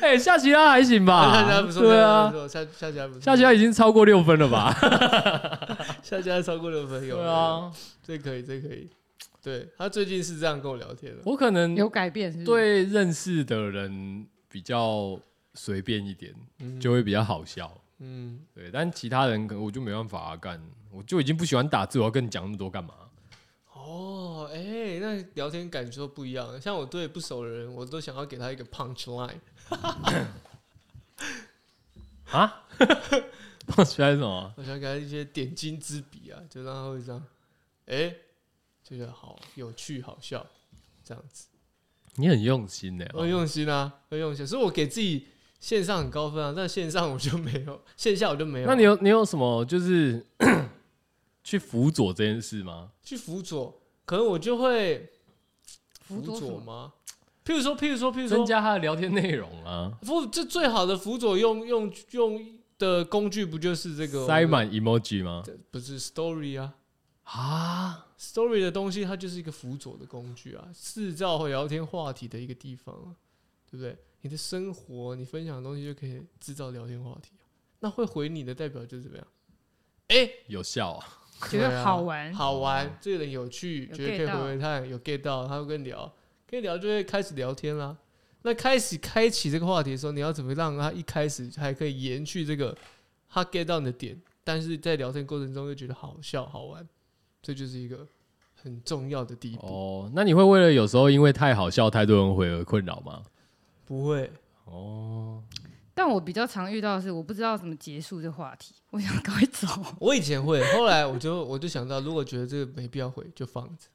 Speaker 1: 哎、夏奇拉还行吧
Speaker 2: 夏家不？错，
Speaker 1: 对啊，
Speaker 2: 夏夏家不错，
Speaker 1: 夏奇拉已经超过六分了吧？
Speaker 2: 夏家超过六分有，
Speaker 1: 对啊，
Speaker 2: 有，有这可以，这可以。对他最近是这样跟我聊天的，
Speaker 1: 我可能
Speaker 3: 有改变是
Speaker 2: 嗯
Speaker 3: 不是？
Speaker 1: 对认识的人比较随便一点，
Speaker 2: 嗯
Speaker 1: 就会比较好笑。
Speaker 2: 嗯，
Speaker 1: 对，但其他人可能我就没办法啊，干，我就已经不喜欢打字，我要跟你讲那么多干嘛？
Speaker 2: 哦，哎、那聊天感受不一样。像我对不熟的人，我都想要给他一个 punch line，
Speaker 1: 啊？放出来什么？
Speaker 2: 我想给他一些点睛之笔啊，就让他会这样，哎、这个好有趣好笑，这样子。
Speaker 1: 你很用心欸呢、
Speaker 2: 我用心啊，我用心，所以我给自己线上很高分啊，但线上我就没有，线下我就没有。
Speaker 1: 那你有你有什么就是 去辅佐这件事吗？
Speaker 2: 去辅佐，可能我就会
Speaker 3: 辅佐什么
Speaker 2: 吗？譬如说，譬如说，譬如
Speaker 1: 增
Speaker 2: 说，
Speaker 1: 加他的聊天内容啊，
Speaker 2: 辅这最好的辅佐用用用的工具不就是这个
Speaker 1: 塞？满 emoji 吗？
Speaker 2: 这不是 story 啊
Speaker 1: 嗯啊，
Speaker 2: ，story 的东西它就是一个辅佐的工具啊，制造聊天话题的一个地方啊，对不对？你的生活，你分享的东西就可以制造聊天话题啊、那会回你的代表就是怎么样？哎、
Speaker 1: 有效啊！
Speaker 3: 觉
Speaker 2: 对啊
Speaker 3: 得好玩，嗯
Speaker 2: 好玩，这个人有趣，
Speaker 3: 有
Speaker 2: 觉得可以
Speaker 3: get 到
Speaker 2: 回回看，有 get 到，他会跟你聊，跟你聊就会开始聊天啦。那开始开启这个话题的时候，你要怎么让他一开始还可以延续这个他 get 到你的点，但是在聊天过程中又觉得好笑好玩，这就是一个很重要的第一步。
Speaker 1: 哦，那你会为了有时候因为太好笑太多人回而困扰吗？
Speaker 2: 不会，
Speaker 1: 哦，
Speaker 3: 但我比较常遇到的是，我不知道怎么结束这话题，我想赶快走。
Speaker 2: 我以前会，后来我就 我就想到，如果觉得这个没必要回，就放着，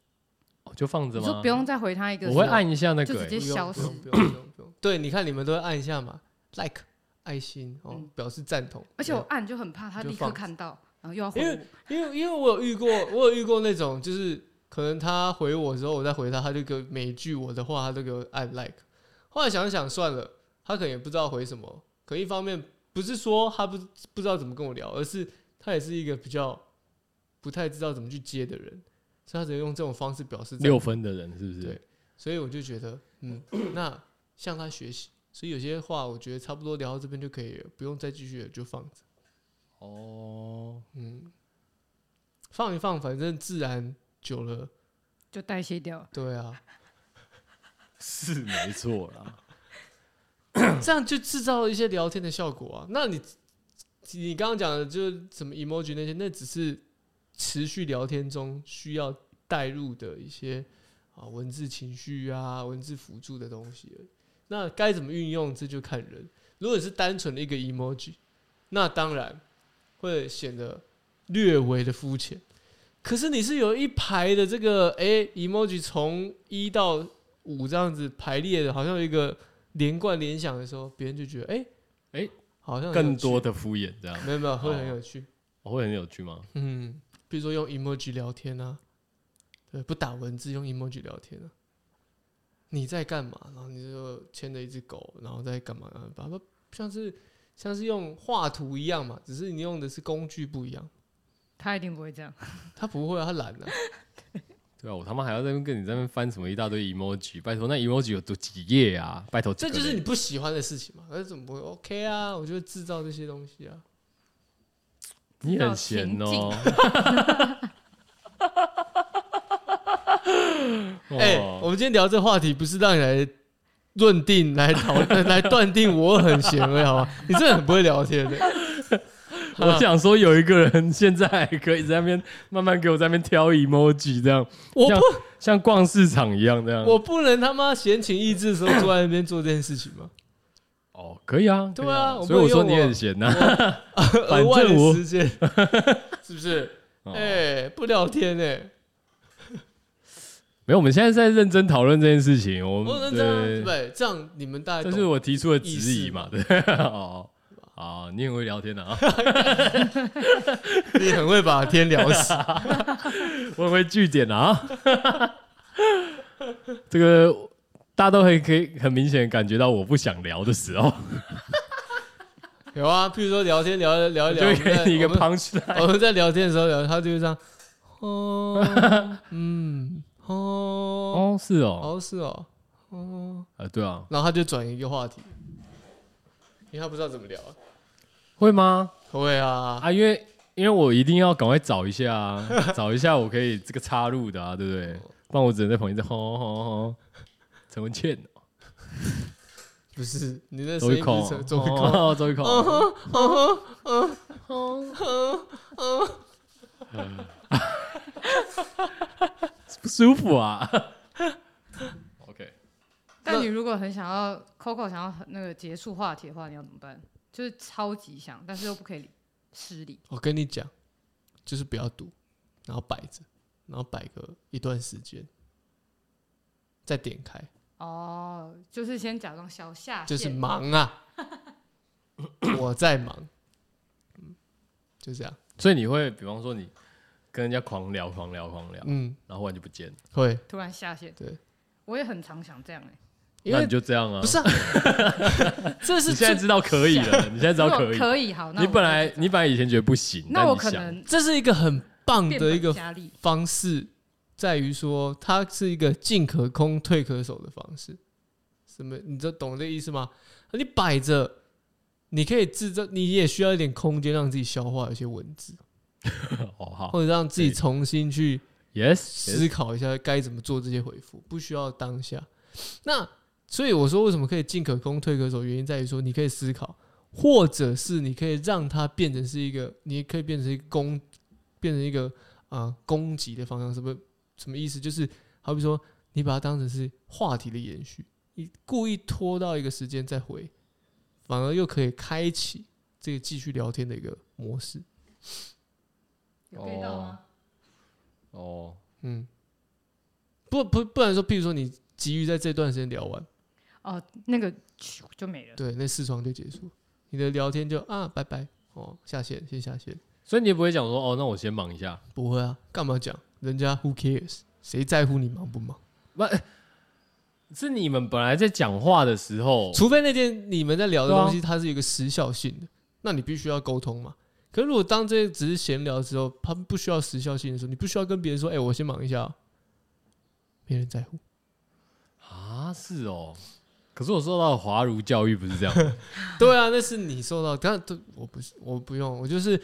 Speaker 1: 哦就放着
Speaker 3: 你
Speaker 1: 吗
Speaker 3: 说不？用再回他一个，
Speaker 1: 我会按一下那
Speaker 3: 就
Speaker 1: 个、
Speaker 3: 直
Speaker 1: 欸
Speaker 3: 接
Speaker 2: 不用
Speaker 3: 消
Speaker 2: 不
Speaker 3: 失。
Speaker 2: 用不用不用不用。对，你看你们都会按一下嘛，like 爱心哦
Speaker 3: 嗯，
Speaker 2: 表示赞同。
Speaker 3: 而且我按就很怕他
Speaker 2: 就
Speaker 3: 立刻
Speaker 2: 放
Speaker 3: 看到，然后又要回
Speaker 2: 因为因为因为我有遇过，我有遇过那种，就是可能他回我之后，我再回他，他就给我每一句我的话，他都给我按 like。后来想想算了，他可能也不知道回什么。可一方面不是说他不不知道怎么跟我聊，而是他也是一个比较不太知道怎么去接的人，所以他只能用这种方式表示。
Speaker 1: 六分的人是不是
Speaker 2: 对？所以我就觉得，嗯，那向他学习。所以有些话，我觉得差不多聊到这边就可以了，不用再继续了，就放着。
Speaker 1: 哦，
Speaker 2: 嗯，放一放，反正自然久了，
Speaker 3: 就代谢掉了。
Speaker 2: 对啊，
Speaker 1: 是没错 啦。
Speaker 2: 这样就制造一些聊天的效果啊。那你你刚刚讲的就是什么 emoji 那些，那只是持续聊天中需要带入的一些啊文字情绪啊、文字辅助的东西而已。那该怎么运用，这就看人。如果是单纯的一个 emoji，那当然会显得略微的肤浅。可是你是有一排的这个诶 emoji 从一到五这样子排列的，好像有一个连贯联想的时候，别人就觉得诶
Speaker 1: 诶
Speaker 2: 好像很有
Speaker 1: 更
Speaker 2: 趣
Speaker 1: 多的敷衍这样，
Speaker 2: 没有没有会很有趣。
Speaker 1: 啊哦会很有趣吗？
Speaker 2: 嗯，比如说用 emoji 聊天啊，对，不打文字用 emoji 聊天啊。你在干嘛？然后你就牵着一只狗，然后在干嘛？然后把它像是像是用画图一样嘛，只是你用的是工具不一样。
Speaker 3: 他一定不会这样，
Speaker 2: 他不会、啊，他懒 啊。
Speaker 1: 对啊，我他妈还要在那边跟你在那边翻什么一大堆 emoji，拜托那 emoji 有多几页啊？拜托几
Speaker 2: 这
Speaker 1: 个
Speaker 2: 就是
Speaker 1: 人
Speaker 2: 你不喜欢的事情嘛。那怎么不会 OK 啊？我就会制造这些东西啊。
Speaker 1: 你很闲 哦。
Speaker 2: 哎、
Speaker 1: 哦
Speaker 2: 我们今天聊这话题，不是让你来论定、来讨论、来断定我很闲而已，好吗？你真的很不会聊天的。 啊
Speaker 1: 我想说有一个人现在还可以在那边慢慢给我在那边挑 emoji，这样
Speaker 2: 我不
Speaker 1: 像逛市场一样这样。
Speaker 2: 我不能他妈闲情逸致的时候坐在那边做这件事情 吗？
Speaker 1: 哦，可以啊，
Speaker 2: 对
Speaker 1: 可以
Speaker 2: 啊
Speaker 1: 啊，
Speaker 2: 我
Speaker 1: 所以
Speaker 2: 不
Speaker 1: 我
Speaker 2: 能
Speaker 1: 说
Speaker 2: 用
Speaker 1: 你
Speaker 2: 我
Speaker 1: 很闲啊呐。
Speaker 2: 额
Speaker 1: 正
Speaker 2: 外的
Speaker 1: 我
Speaker 2: 时间是不是？
Speaker 1: 哦
Speaker 2: 哎，不聊天哎，
Speaker 1: 没有，我们现在在认真讨论这件事情。我
Speaker 2: 我
Speaker 1: 们
Speaker 2: 认真啊对
Speaker 1: 对
Speaker 2: 不，对？这样你们大家
Speaker 1: 这是我提出的质疑嘛？对，哦，啊，你很会聊天的啊，
Speaker 2: 你很会把天 聊死。
Speaker 1: 我很会据点的啊。 这个大家都很可以很明显地感觉到我不想聊的时候，
Speaker 2: 有啊，譬如说聊天聊聊一
Speaker 1: 就
Speaker 2: 聊，
Speaker 1: 会给你一个
Speaker 2: 我们
Speaker 1: punch line。
Speaker 2: 我们在聊天的时候聊，他就会这样， 哦，嗯，哦，
Speaker 1: 哦，是哦，
Speaker 2: 哦是哦，哦，
Speaker 1: 呃，对啊，
Speaker 2: 然后他就转移一个话题，因为他不知道怎么聊啊。
Speaker 1: 会吗？
Speaker 2: 会啊，
Speaker 1: 啊，因为因为我一定要赶快找一下啊，找一下我可以这个插入的啊，对不对？
Speaker 2: 哦
Speaker 1: 不然我只能在旁边在吼吼吼吼。陈文倩，
Speaker 2: 不是你那
Speaker 1: 周
Speaker 2: 声
Speaker 1: 玉
Speaker 2: 音不
Speaker 1: 蔻
Speaker 2: 是，周玉蔻，
Speaker 1: 哦周玉蔻，哦不 舒服啊。OK，
Speaker 3: 但你如果很想要 Coco 想要很那个结束话题的话，你要怎么办？就是超级想，但是又不可以失礼。
Speaker 2: 我跟你讲，就是不要赌，然后摆着，然后摆个一段时间，再点开，
Speaker 3: 哦，就是先假装小下
Speaker 2: 就
Speaker 3: 线，
Speaker 2: 是忙啊， 我在忙，嗯，就这样，
Speaker 1: 所以你会比方说你跟人家狂聊狂聊狂聊，
Speaker 2: 嗯，
Speaker 1: 然后忽然就不见了，
Speaker 2: 会，
Speaker 3: 突然下线。
Speaker 2: 对，
Speaker 3: 我也很常想这样哎、欸，
Speaker 2: 因
Speaker 1: 那你
Speaker 2: 为
Speaker 1: 就这样啊
Speaker 2: 不。是啊， 这是
Speaker 1: 你现在
Speaker 2: 最
Speaker 1: 知道可以了，你现在知
Speaker 3: 如
Speaker 1: 道
Speaker 3: 果
Speaker 1: 可以。
Speaker 3: 可以好，那
Speaker 1: 你
Speaker 3: 我
Speaker 1: 本
Speaker 3: 就
Speaker 1: 来
Speaker 3: 这样
Speaker 1: 你本来以前觉得不行，
Speaker 3: 那
Speaker 1: 但
Speaker 3: 我
Speaker 1: 你
Speaker 3: 可
Speaker 1: 想
Speaker 3: 能
Speaker 2: 这是一个很棒
Speaker 3: 变
Speaker 2: 的一
Speaker 3: 本
Speaker 2: 个
Speaker 3: 加厉，
Speaker 2: 方式，在于说它是一个进可攻退可守的方式。什么？你这懂这意思吗？你摆着，你可以制造，你也需要一点空间让自己消化一些文字，
Speaker 1: 哦好
Speaker 2: 或者让自己
Speaker 1: 对
Speaker 2: 重新去
Speaker 1: ，yes，
Speaker 2: 思考一下该怎么做这些回复，不需要当下。那所以我说，为什么可以进可攻退可守，原因在于说你可以思考，或者是你可以让它变成是一个，你可以变成一个攻，变成一个啊、呃攻击的方向，什么什么意思？就是好比说，你把它当成是话题的延续，你故意拖到一个时间再回，反而又可以开启这个继续聊天的一个模式。
Speaker 3: 有
Speaker 1: 嗯
Speaker 3: get 到吗？
Speaker 1: 哦，
Speaker 2: 嗯，不不不然说，譬如说你急于在这段时间聊完，
Speaker 3: 哦，那个咻就没了。
Speaker 2: 对，那视窗就结束，你的聊天就啊拜拜哦下线先下线，
Speaker 1: 所以你也不会讲说哦，那我先忙一下，
Speaker 2: 不会啊，干嘛讲？人家 who cares，谁在乎你忙不忙？
Speaker 1: 是你们本来在讲话的时候，
Speaker 2: 除非那件你们在聊的东西它是有一个时效性的，那你必须要沟通嘛。可是如果当这只是闲聊之后，他们不需要时效性的时候，你不需要跟别人说，哎、我先忙一下哦、没人在乎。
Speaker 1: 啊，是哦，可是我受到的华儒教育不是这 样，
Speaker 2: 对啊，那是你受到，但都我不是，我不用，我就是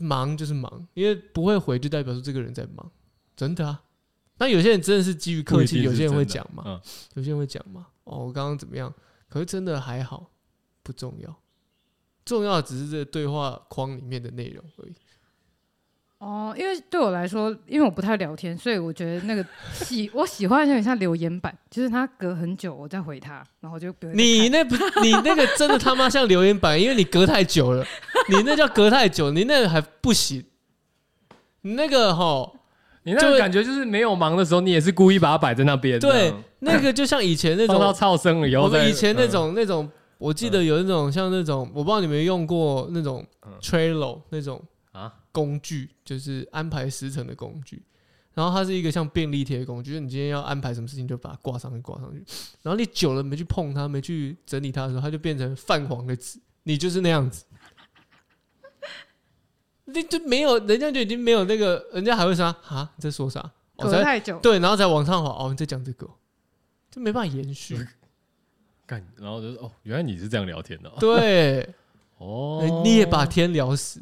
Speaker 2: 忙就是忙，因为不会回就代表说这个人在忙，真的啊。那有些人真的是基于客气，有些人会讲嘛，
Speaker 1: 嗯，
Speaker 2: 有些人会讲嘛，哦，我刚刚怎么样？可是真的还好，不重要，重要的只是这个对话框里面的内容而已。
Speaker 3: 哦，因为对我来说，因为我不太聊天，所以我觉得那个喜我喜欢有点像留言板，就是他隔很久我再回他，然后就不会再
Speaker 2: 你
Speaker 3: 看
Speaker 2: 那不，你那个真的他妈像留言板，因为你隔太久了， 你那叫隔太久，你那个还不行，你那个吼。
Speaker 1: 你那
Speaker 2: 就
Speaker 1: 个感觉就是没有忙的时候，你也是故意把它摆在那边，这
Speaker 2: 对
Speaker 1: 样，
Speaker 2: 那个就像以前那
Speaker 1: 放到
Speaker 2: 种，
Speaker 1: 噪声了以后
Speaker 2: 我
Speaker 1: 再，
Speaker 2: 们以前那
Speaker 1: 嗯
Speaker 2: 种那种，我记得有那种像那种，我不知道你们有用过那种
Speaker 1: 嗯
Speaker 2: Trello 那种
Speaker 1: 啊
Speaker 2: 工具，就是安排时程的工具。然后它是一个像便利贴的工具，就是你今天要安排什么事情，就把它挂上去，挂上去。然后你久了没去碰它，没去整理它的时候，它就变成泛黄的纸。你就是那样子，你就没有人家就已经没有那个，人家还会说啊，你在说啥？我才
Speaker 3: 隔太久，
Speaker 2: 对，然后再往上滑，哦，你在讲这个哦，就没办法延 续。
Speaker 1: 干，然后就是哦，原来你是这样聊天的哦
Speaker 2: 对，
Speaker 1: 哦，
Speaker 2: 哎你也把天聊死。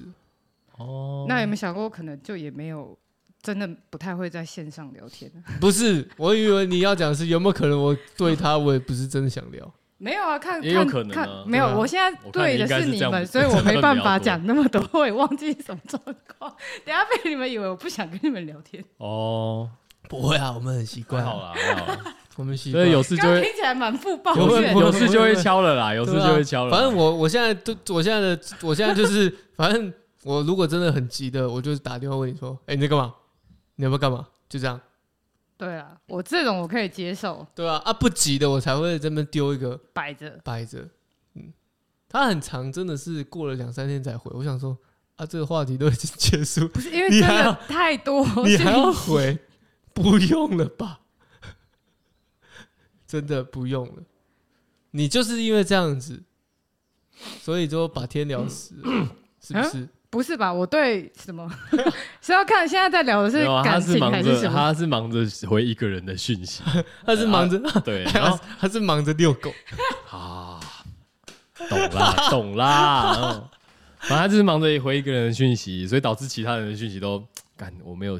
Speaker 1: 哦，
Speaker 3: 那有没有想过，可能就也没有真的不太会在线上聊天？
Speaker 2: 不是，我以为你要讲的是有没有可能我对他，我也不是真的想聊。
Speaker 3: 没有啊，看
Speaker 1: 也有
Speaker 3: 看
Speaker 1: 可能啊
Speaker 3: 看，没有。
Speaker 2: 对啊
Speaker 3: 我现在
Speaker 1: 我看
Speaker 3: 对
Speaker 1: 你
Speaker 3: 的
Speaker 1: 应该是
Speaker 3: 你
Speaker 1: 这样
Speaker 3: 们，
Speaker 1: 子
Speaker 3: 所以我没办法
Speaker 1: 比较多
Speaker 3: 讲那么多，我也忘记什么状况。等一下被你们以为我不想跟你们聊天，
Speaker 1: 哦，
Speaker 2: 不会啊，我们很习
Speaker 1: 太
Speaker 2: 惯，
Speaker 1: 好了，太好了，
Speaker 2: 我们习
Speaker 1: 所
Speaker 2: 惯。
Speaker 1: 以有事就
Speaker 3: 刚刚
Speaker 1: 会
Speaker 3: 听起来蛮富抱
Speaker 2: 有
Speaker 3: 怨
Speaker 2: 不。会
Speaker 1: 有事就
Speaker 2: 不会
Speaker 1: 会
Speaker 2: 不会
Speaker 1: 敲了啦，有事
Speaker 2: 对啊
Speaker 1: 就会敲了啦。
Speaker 2: 反正我我现在都，我现在的，我现在就是，反正我如果真的很急的，我就是打电话问你说，哎、你在干嘛？你要不要干嘛？就这样，
Speaker 3: 对啊，我这种我可以接受，
Speaker 2: 对吧、啊？啊，不急的我才会这边丢一个
Speaker 3: 摆着。
Speaker 2: 摆着，嗯，他很长，真的是过了两三天才回。我想说啊，这个话题都已经结束，
Speaker 3: 不是因为
Speaker 2: 你
Speaker 3: 真
Speaker 2: 还
Speaker 3: 的
Speaker 2: 要
Speaker 3: 太多
Speaker 2: 你还要
Speaker 3: 讯息
Speaker 2: 回？不用了吧？真的不用了。你就是因为这样子，所以就把天聊死了，是不是？
Speaker 3: 不是吧？我对什么 是要看现在在聊的
Speaker 1: 没
Speaker 3: 是
Speaker 1: 有啊他
Speaker 3: 感
Speaker 1: 是
Speaker 3: 情还
Speaker 1: 忙
Speaker 3: 是
Speaker 1: 着，
Speaker 3: 什么？
Speaker 1: 他是忙着回一个人的讯息，
Speaker 2: 他是忙着，
Speaker 1: 对，然
Speaker 2: 他
Speaker 1: 后
Speaker 2: 是他是忙着遛狗，
Speaker 1: 啊，懂 啦，懂啦，嗯，反正他就是忙着回一个人的讯息，所以导致其他人的讯息都干，我没有，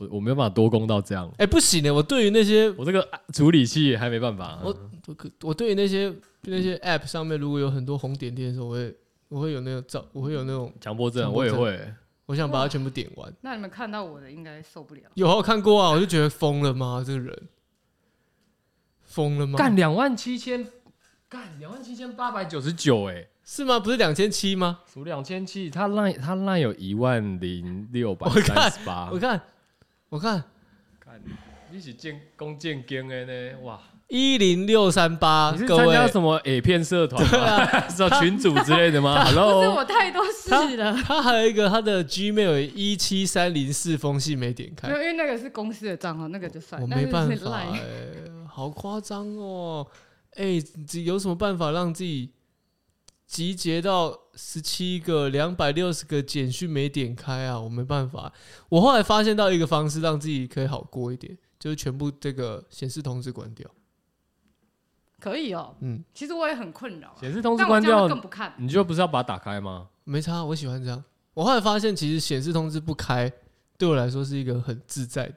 Speaker 1: 我我没有办法多攻到这样，
Speaker 2: 哎、不行的，我对于那些
Speaker 1: 我这个啊处理器还没办法，
Speaker 2: 我我可我对于那些那些 App 上面如果有很多红点点的时候，我会我会有那种照，我会有那种
Speaker 1: 强迫症
Speaker 2: 强
Speaker 1: 我
Speaker 2: 迫
Speaker 1: 也
Speaker 2: 症
Speaker 1: 会，
Speaker 2: 我想把它全部点完。
Speaker 3: 那你们看到我的应该受不了。
Speaker 2: 有啊我看过啊，我就觉得疯了吗？这个人疯了吗？
Speaker 1: 干两万七千，干两万七千八百九十九，哎，
Speaker 2: 是吗？不是两千七吗？
Speaker 1: 数两千七，他烂他烂有一万零六百
Speaker 2: 我
Speaker 1: 三
Speaker 2: 看
Speaker 1: 十八
Speaker 2: 我，看，我看
Speaker 1: 干，你是建弓箭弓的呢，哇，
Speaker 2: 一零六三八，
Speaker 1: 你是
Speaker 2: 啊各
Speaker 1: 参加
Speaker 2: 位，啊
Speaker 1: 什么 A 片社团吗？ 什么群组之类的 吗
Speaker 2: 哦
Speaker 3: 不是
Speaker 1: ？Hello，
Speaker 3: 我太多事了，
Speaker 2: 他还有一个他的 Gmail 一七三零四封信没点
Speaker 3: 没有，
Speaker 2: 开，
Speaker 3: 因为那个是公司的账号，那个就算。
Speaker 2: 我
Speaker 3: 但
Speaker 2: 没
Speaker 3: 是
Speaker 2: 办
Speaker 3: 是
Speaker 2: 法、
Speaker 3: Line
Speaker 2: 哎，好夸张哦！哎、这有什么办法让自己集结到十七个两百六十个简讯没点开啊？我没办法。我后来发现到一个方式，让自己可以好过一点，就是全部这个显示通知关掉。
Speaker 3: 可以哦。
Speaker 2: 嗯，
Speaker 3: 其实我也很困扰啊，
Speaker 1: 显示通知
Speaker 3: 但我
Speaker 1: 关
Speaker 3: 这样
Speaker 1: 掉
Speaker 3: 就，更不看。
Speaker 1: 你就不是要把它打开吗？
Speaker 2: 没差，我喜欢这样。我后来发现，其实显示通知不开，对我来说是一个很自在的。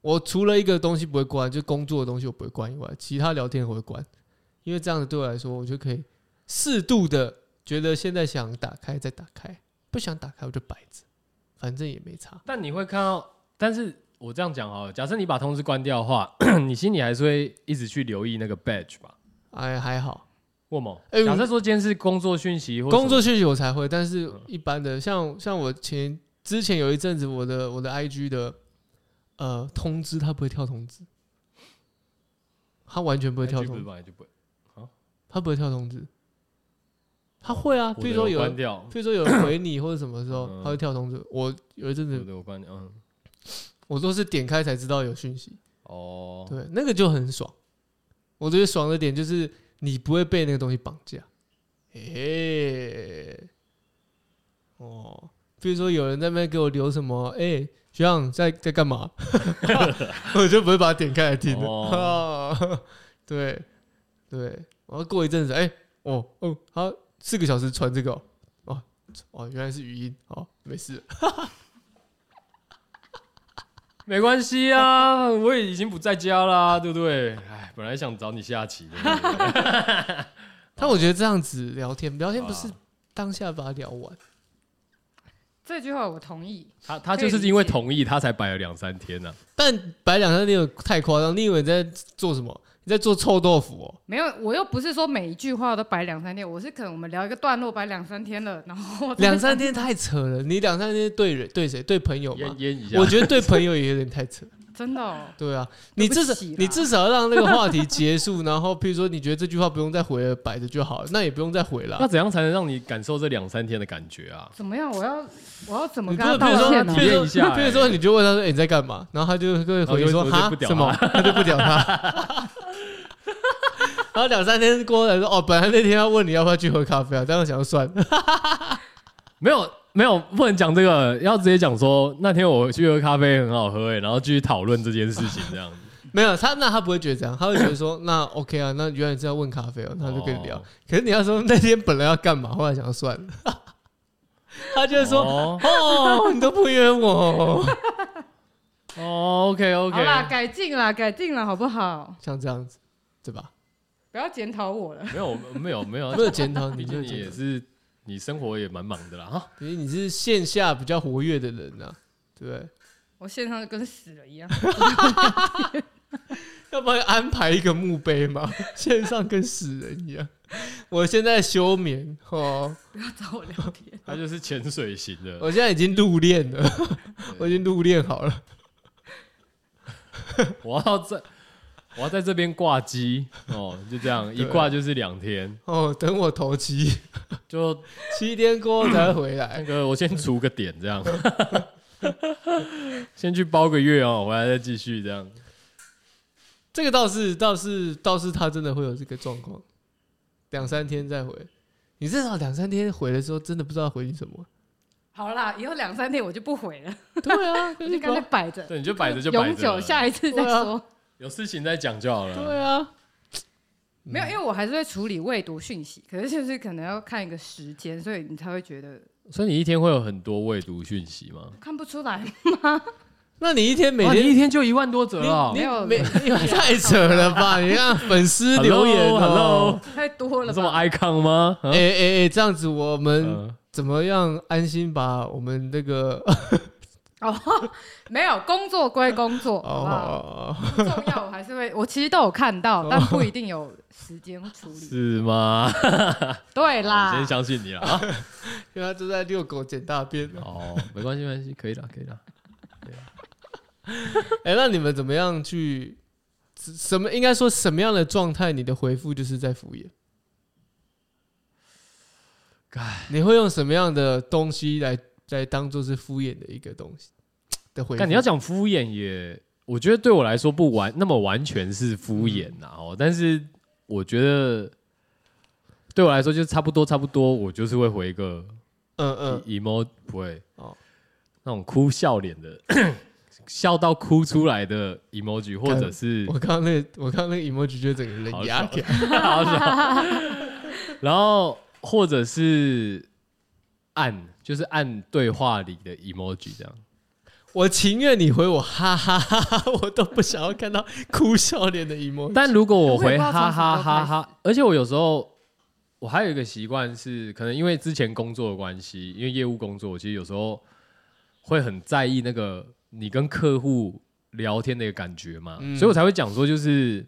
Speaker 2: 我除了一个东西不会关，就工作的东西我不会关以外，其他聊天我会关，因为这样子对我来说，我就可以适度的觉得现在想打开再打开，不想打开我就摆着，反正也没差。
Speaker 1: 但你会看到，但是我这样讲好了，假设你把通知关掉的话， 你心里还是会一直去留意那个 badge 吧？
Speaker 2: 哎，还好，
Speaker 1: 为什么？
Speaker 2: 哎
Speaker 1: 假设说今天是工作讯息或
Speaker 2: 工作
Speaker 1: 什嗯
Speaker 2: 讯息我才会，但是一般的，像像我前之前有一阵子，我的我的 IG 的呃通知它不会跳通知，它完全不
Speaker 1: 么
Speaker 2: 会跳
Speaker 1: IG 不
Speaker 2: 通知
Speaker 1: 是。本来就不会，
Speaker 2: 他不会跳通知，他会啊，
Speaker 1: 我
Speaker 2: 比
Speaker 1: 的
Speaker 2: 如说
Speaker 1: 我
Speaker 2: 有
Speaker 1: 关
Speaker 2: 人，
Speaker 1: 掉，
Speaker 2: 比如说有人回你或者什么时候
Speaker 1: 嗯，
Speaker 2: 他会跳通知。我有一阵
Speaker 1: 我
Speaker 2: 子，
Speaker 1: 的我关掉，嗯，
Speaker 2: 我都是点开才知道有讯息，
Speaker 1: 哦，
Speaker 2: 对，那个就很爽。我觉得爽的点就是你不会被那个东西绑架，诶、哦，比如说有人在那边给我留什么，诶、学长在在干嘛， 我就不会把它点开来听了。
Speaker 1: 哦
Speaker 2: 对，对，然后过一阵子，哎、哦，哦，好，四个小时传这个哦，哦，哦，原来是语音，好，没事，
Speaker 1: 没关系啊，我也已经不在家啦，对不对？哎，本来想找你下棋的，
Speaker 2: 但我觉得这样子聊天，聊天不是
Speaker 1: 啊
Speaker 2: 当下把它聊完，
Speaker 3: 这句话我同意，
Speaker 1: 他他就是因为同意，他才摆了两三天呢、啊
Speaker 2: 但摆两三天有太夸张，你以为你在做什么？你在做臭豆腐 哦？
Speaker 3: 没有，我又不是说每一句话都摆两三天，我是可能我们聊一个段落摆两三天了，然后
Speaker 2: 两三天太扯了，你两三天对人对谁？对朋友
Speaker 1: 淹
Speaker 2: 吗？
Speaker 1: 淹一下
Speaker 2: 我。觉得对朋友也有点太扯。
Speaker 3: 真的、哦，
Speaker 2: 对啊，
Speaker 3: 对
Speaker 2: 你
Speaker 3: 不
Speaker 2: 至少
Speaker 3: 起啦
Speaker 2: 你至少要让那个话题结束，然后譬如说你觉得这句话不用再回了，摆着就好了，那也不用再回了
Speaker 1: 那。怎样才能让你感受这两三天的感觉啊？
Speaker 3: 怎么样？我要我要怎么
Speaker 2: 你
Speaker 3: 跟
Speaker 2: 真的
Speaker 3: 他
Speaker 2: 譬如
Speaker 3: 道
Speaker 2: 说，
Speaker 3: 歉呢、
Speaker 1: 体
Speaker 2: 譬
Speaker 1: 验
Speaker 2: 如
Speaker 1: 一
Speaker 2: 说，
Speaker 1: 下哎哦
Speaker 2: 譬如说，你就问他说欸：“你在干嘛？”然后他就会回
Speaker 1: 然后就
Speaker 2: 说：“
Speaker 1: 我就
Speaker 2: 哈
Speaker 1: 不，屌
Speaker 2: 什么？” 他就不屌他。 然后两三天过来说：“哦，本来那天要问你要不要去喝咖啡啊，但我想要算了。
Speaker 1: 没有没有，不能讲这个，要直接讲说那天我去喝咖啡很好喝、欸，然后继续讨论这件事情这样子。”
Speaker 2: 没有他，那他不会觉得这样，他会觉得说：“那 OK 啊，那原来是要问咖啡哦。”那他就跟你聊
Speaker 1: 哦。
Speaker 2: 可是你要说那天本来要干嘛，后来想要算了， 他就会说：“
Speaker 1: 哦
Speaker 2: 哦，你都不约我，
Speaker 1: 哦，OK
Speaker 3: 好
Speaker 1: OK，
Speaker 3: 啦，改进啦，改进啦，好不好？
Speaker 2: 像这样子，对吧？
Speaker 3: 不要检讨我了。
Speaker 1: 没有没有没有，
Speaker 2: 没有检讨你，
Speaker 1: 毕
Speaker 2: 没
Speaker 1: 竟哦
Speaker 2: 有
Speaker 1: 你
Speaker 2: 检
Speaker 1: 也
Speaker 2: 讨，
Speaker 1: 是你生活也蛮忙的啦 哈。
Speaker 2: 因为你是线下比较活跃的人呐、对不对？
Speaker 3: 我线上就跟死了一样，
Speaker 2: 要不然安排一个墓碑嘛， 线上跟死人一样。我现在休眠哦，
Speaker 3: 不要找我聊天。
Speaker 1: 他就是潜水型的，
Speaker 3: 呃
Speaker 2: 我现在已经入殓了，我已经入殓好了。
Speaker 1: 我要在我要在这边挂机哦，就这样
Speaker 3: 啊
Speaker 1: 一
Speaker 2: 对
Speaker 1: 挂就是两天，
Speaker 2: 哦，等我头七
Speaker 1: 就
Speaker 2: 七天过后才会回
Speaker 1: 那
Speaker 2: 来。
Speaker 1: 个我先除个点 这样，先去包个月哦，回来再继续这样。
Speaker 2: 这个倒是倒是倒是他真的会有这个状况，两三天再回。你至少两三天回的时候，真的不知道回你什么。
Speaker 3: 好啦，以后两三天我就不回 了，
Speaker 2: 对啊，
Speaker 3: 我
Speaker 2: 就
Speaker 3: 就是干脆摆着，
Speaker 1: 对，你就摆着就摆
Speaker 3: 永
Speaker 1: 着
Speaker 3: 久
Speaker 1: 了，
Speaker 3: 下一次再
Speaker 2: 对啊
Speaker 3: 说。
Speaker 1: 有事情再讲就好了。
Speaker 2: 对啊，
Speaker 3: 没有，因为我还是会处理未读讯息，可是就是可能要看一个时间，所以你才会觉得
Speaker 1: 所以你一天会有很多未读讯息吗？
Speaker 3: 看不出来。
Speaker 2: 那你一天每
Speaker 1: 哇
Speaker 2: 天
Speaker 1: 你一天就一万多则
Speaker 2: 你
Speaker 1: 了
Speaker 2: 你
Speaker 1: 哦。
Speaker 3: 没有
Speaker 2: 没你们太扯了吧？你看粉丝留言
Speaker 1: Hello，Hello
Speaker 2: 哦，
Speaker 3: 太多了
Speaker 1: 有
Speaker 3: 吧？
Speaker 1: 这么 icon 吗？啊
Speaker 2: 哎哎哎，这样子我们
Speaker 1: 嗯
Speaker 2: 怎么样安心把我们那个
Speaker 3: 哦，没有，工作归工作，好不好？
Speaker 2: 哦，
Speaker 3: 重要我还是会，我其实都有看到，但不一定有时间处理。
Speaker 1: 是吗？
Speaker 3: 对
Speaker 1: 我
Speaker 3: 啦
Speaker 1: 先，相信你了啊。
Speaker 2: 因为他都在遛狗捡大便。
Speaker 1: 哦，没关系，没关系，可以了，可以了。
Speaker 2: 哎，那你们怎么样去什么？应该说什么样的状态，你的回复就是在敷衍
Speaker 1: 哎。
Speaker 2: 你会用什么样的东西来来当做是敷衍的一个东西的回复？
Speaker 1: 但你要讲敷衍也，我觉得对我来说不完那么完全是敷衍呐、
Speaker 2: 嗯
Speaker 1: 哦，但是我觉得对我来说就差不多差不多，我就是会回一个
Speaker 2: 嗯嗯
Speaker 1: e- emo 不会
Speaker 2: 哦
Speaker 1: 那种哭笑脸的 笑到哭出来的 emoji，或者是
Speaker 2: 我刚刚那个，我刚刚那个 emoji 就整个人压起来。
Speaker 1: 嗯好爽， 然后或者是按就是按对话里的 emoji 这样。
Speaker 2: 我情愿你回我哈哈哈哈，我都不想要看到哭笑脸的 emoji。
Speaker 1: 但如果我
Speaker 3: 我
Speaker 1: 回
Speaker 3: 也不知道
Speaker 1: 哈哈哈
Speaker 3: 从什么时
Speaker 1: 哈
Speaker 3: 候
Speaker 1: 哈，而且我有时候我还有一个习惯是，可能因为之前工作的关系，因为业务工作，我其实有时候会很在意那个你跟客户聊天的一个感觉嘛，
Speaker 2: 嗯
Speaker 1: 所以我才会讲说就是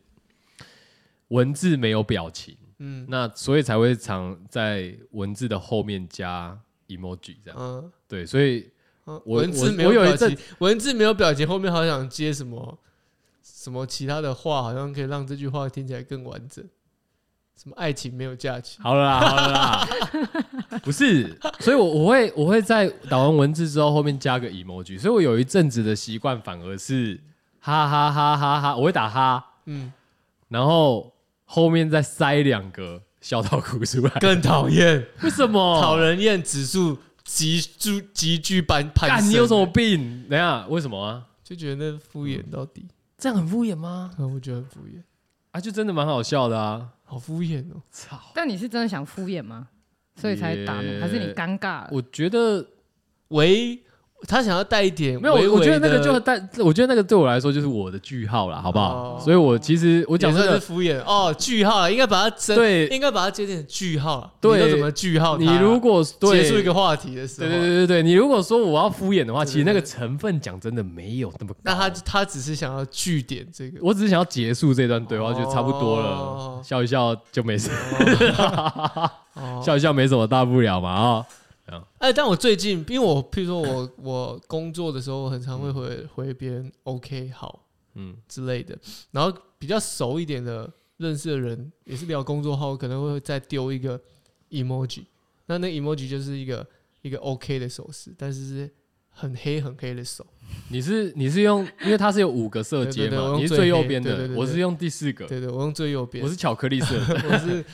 Speaker 1: 文字没有表情，
Speaker 2: 嗯
Speaker 1: 那所以才会常在文字的后面加 emoji 这样，
Speaker 2: 嗯，
Speaker 1: 对，所以
Speaker 2: 嗯
Speaker 1: 我
Speaker 2: 文字
Speaker 1: 我
Speaker 2: 没有
Speaker 1: 我有一
Speaker 2: 表情
Speaker 1: 阵，
Speaker 2: 文字没有表情，后面好想接什么什么其他的话，好像可以让这句话听起来更完整。什么爱情没有价值？
Speaker 1: 好了 啦，好了啦，不是，所以我我会我会在打完文字之后后面加个 emoji，所以我有一阵子的习惯反而是哈哈哈哈哈，我会打哈，
Speaker 2: 嗯，
Speaker 1: 然后后面再塞两个笑到哭出来，
Speaker 2: 更讨厌，
Speaker 1: 为什么？
Speaker 2: 讨人厌指数急剧急剧攀攀
Speaker 1: 干
Speaker 2: 升。欸
Speaker 1: 你有什么？病？等一下为什么啊？
Speaker 2: 就觉得那敷衍到底，啊
Speaker 1: 这样很敷衍吗？
Speaker 2: 嗯我觉得很敷衍。
Speaker 1: 啊，就真的蛮好笑的啊，
Speaker 2: 好敷衍哦、
Speaker 1: 操！
Speaker 3: 但你是真的想敷衍吗？所以才打
Speaker 1: 也
Speaker 3: 怒，还是你尴尬了？
Speaker 1: 我觉得
Speaker 2: 唯他想要带一点
Speaker 1: 没有，
Speaker 2: 微
Speaker 1: 我
Speaker 2: 微
Speaker 1: 觉得那个
Speaker 2: 的
Speaker 1: 就但我觉得那个对我来说就是我的句号啦，好不好？
Speaker 2: 哦
Speaker 1: 所以我其实我
Speaker 2: 我
Speaker 1: 讲真的
Speaker 2: 的是，敷衍哦，句号啊应该把它真
Speaker 1: 对
Speaker 2: 应该把它接点句号啊。
Speaker 1: 对
Speaker 2: 你都怎么句号它
Speaker 1: 你
Speaker 2: 啊？
Speaker 1: 如果对
Speaker 2: 结束一个话题的时候
Speaker 1: 对
Speaker 2: 啊，
Speaker 1: 对对对对，你如果说我要敷衍的话，
Speaker 2: 对对
Speaker 1: 其实那个
Speaker 2: 对
Speaker 1: 成分讲真的没有那么高。
Speaker 2: 那他他只是想要据点这个，
Speaker 1: 哦我只是想要结束这段对话，就差不多了，
Speaker 2: 哦
Speaker 1: 笑一笑就没事，
Speaker 2: 哦
Speaker 1: 笑一笑没什么大不了嘛啊、
Speaker 2: 哎，但我最近，因为我譬如说我我工作的时候，我很常会回回别人 OK 好
Speaker 1: 嗯
Speaker 2: 之类的，然后比较熟一点的认识的人，也是聊工作后，可能会再丢一个 emoji，那那 emoji 就是一个一个 OK 的手势，但是是很黑很黑的手，
Speaker 1: 你是你是用，因为它是有五个色阶
Speaker 2: 对对对我
Speaker 1: 嘛，
Speaker 2: 用
Speaker 1: 你是
Speaker 2: 最
Speaker 1: 最右
Speaker 2: 黑
Speaker 1: 边
Speaker 2: 对对
Speaker 1: 的，
Speaker 2: 对对
Speaker 1: 我是用第四个，
Speaker 2: 对对，我用最右边，
Speaker 1: 我是巧克力色 的，
Speaker 2: 我是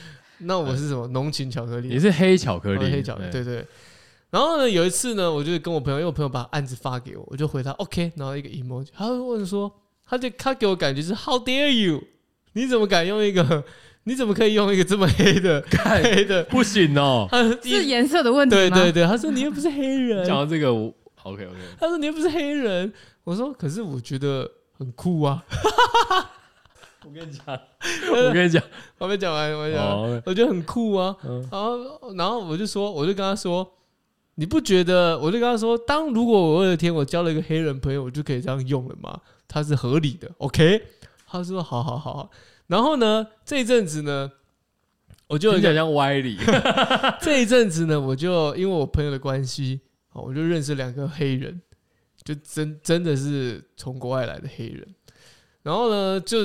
Speaker 2: 那我是什么浓情巧克力，
Speaker 1: 你是黑巧克力，
Speaker 2: 哦黑角的，
Speaker 1: 对
Speaker 2: 对对。然后呢，有一次呢，我就跟我朋友，因为我朋友把案子发给我，我就回他 OK，然后一个 emoji，他会问说，他就他给我感觉是 How dare you？你怎么敢用一个？你怎么可以用一个这么黑 的黑的？
Speaker 1: 不行 哦。
Speaker 2: 他
Speaker 3: 是颜色的问题
Speaker 2: 对
Speaker 3: 吗？
Speaker 2: 对对，他说你又不是黑人
Speaker 1: 讲，到这个我，OK OK，
Speaker 2: 他说你又不是黑人，我说可是我觉得很酷啊。
Speaker 1: 我跟你讲，我跟你讲，
Speaker 2: 我没讲完，我没讲完，
Speaker 1: 哦，
Speaker 2: 我觉得很酷啊。
Speaker 1: 嗯
Speaker 2: 然后然后我就说，我就跟他说，你不觉得？我就跟他说，当如果我有一天我交了一个黑人朋友，我就可以这样用了吗？他是合理的，OK？他说，好好好好。然后呢，这一阵子呢，我就有
Speaker 1: 听
Speaker 2: 一
Speaker 1: 起
Speaker 2: 个
Speaker 1: 来像歪 理，
Speaker 2: 这一阵子呢，我就因为我朋友的关系，哦，我就认识两个黑人，就真真的是从国外来的黑人。然后呢，就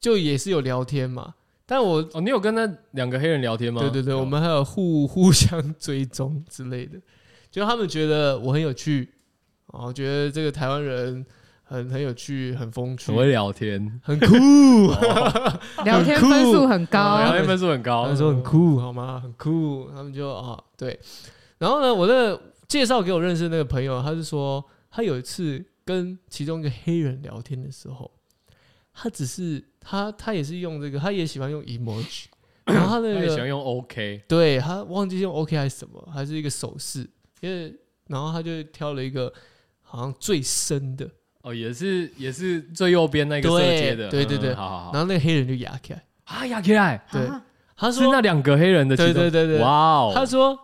Speaker 2: 就也是有聊天嘛，但我
Speaker 1: 哦，你有跟那两个黑人聊天吗？
Speaker 2: 对对对，
Speaker 1: 有
Speaker 2: 我们还有互 互相追踪之类的，就他们觉得我很有趣，哦，觉得这个台湾人很很有趣，很风趣
Speaker 1: 很，会聊天，
Speaker 2: 很 酷。
Speaker 3: 聊天分数很
Speaker 1: 聊
Speaker 2: 哦
Speaker 3: 高，
Speaker 1: 天分数很高
Speaker 2: 他，们说很酷，
Speaker 1: 哦
Speaker 2: 好吗？很酷，他们就啊、对。然后呢，我的介绍给我认识的那个朋友，他是说他有一次跟其中一个黑人聊天的时候，他只是他他也是用这个，他也喜欢用 emoji，然后他
Speaker 1: 他
Speaker 2: 那
Speaker 1: 也
Speaker 2: 个
Speaker 1: 喜欢用 OK，
Speaker 2: 对他忘记用 OK 还是什么，还是一个手势，因为然后他就挑了一个好像最深的，
Speaker 1: 哦，也是也是最右边那个色
Speaker 2: 对
Speaker 1: 阶的，
Speaker 2: 对对对
Speaker 1: 嗯好好好
Speaker 2: 然，后那个黑人就压起来，
Speaker 1: 啊，亚克来
Speaker 2: 对
Speaker 3: 啊
Speaker 2: 他
Speaker 1: 是
Speaker 2: 说
Speaker 1: 那两个黑人的其中，
Speaker 2: 对对对对
Speaker 1: 哇哦，
Speaker 2: 他说，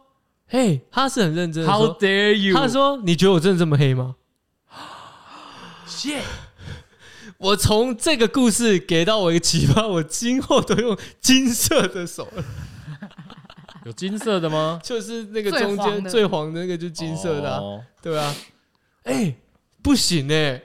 Speaker 2: 嘿，他是很认真的
Speaker 1: How
Speaker 2: 说，
Speaker 1: dare you？
Speaker 2: 他说你觉得我真的这么黑吗？
Speaker 1: shit，
Speaker 2: 我从这个故事给到我一个启发，我今后都用金色的手了，
Speaker 1: 有金色的吗？
Speaker 2: 就是那个
Speaker 3: 最
Speaker 2: 中
Speaker 3: 黄
Speaker 2: 间
Speaker 3: 的
Speaker 2: 最黄的那个就金色的啊、
Speaker 1: 哦
Speaker 2: 对啊，哎，不行哎、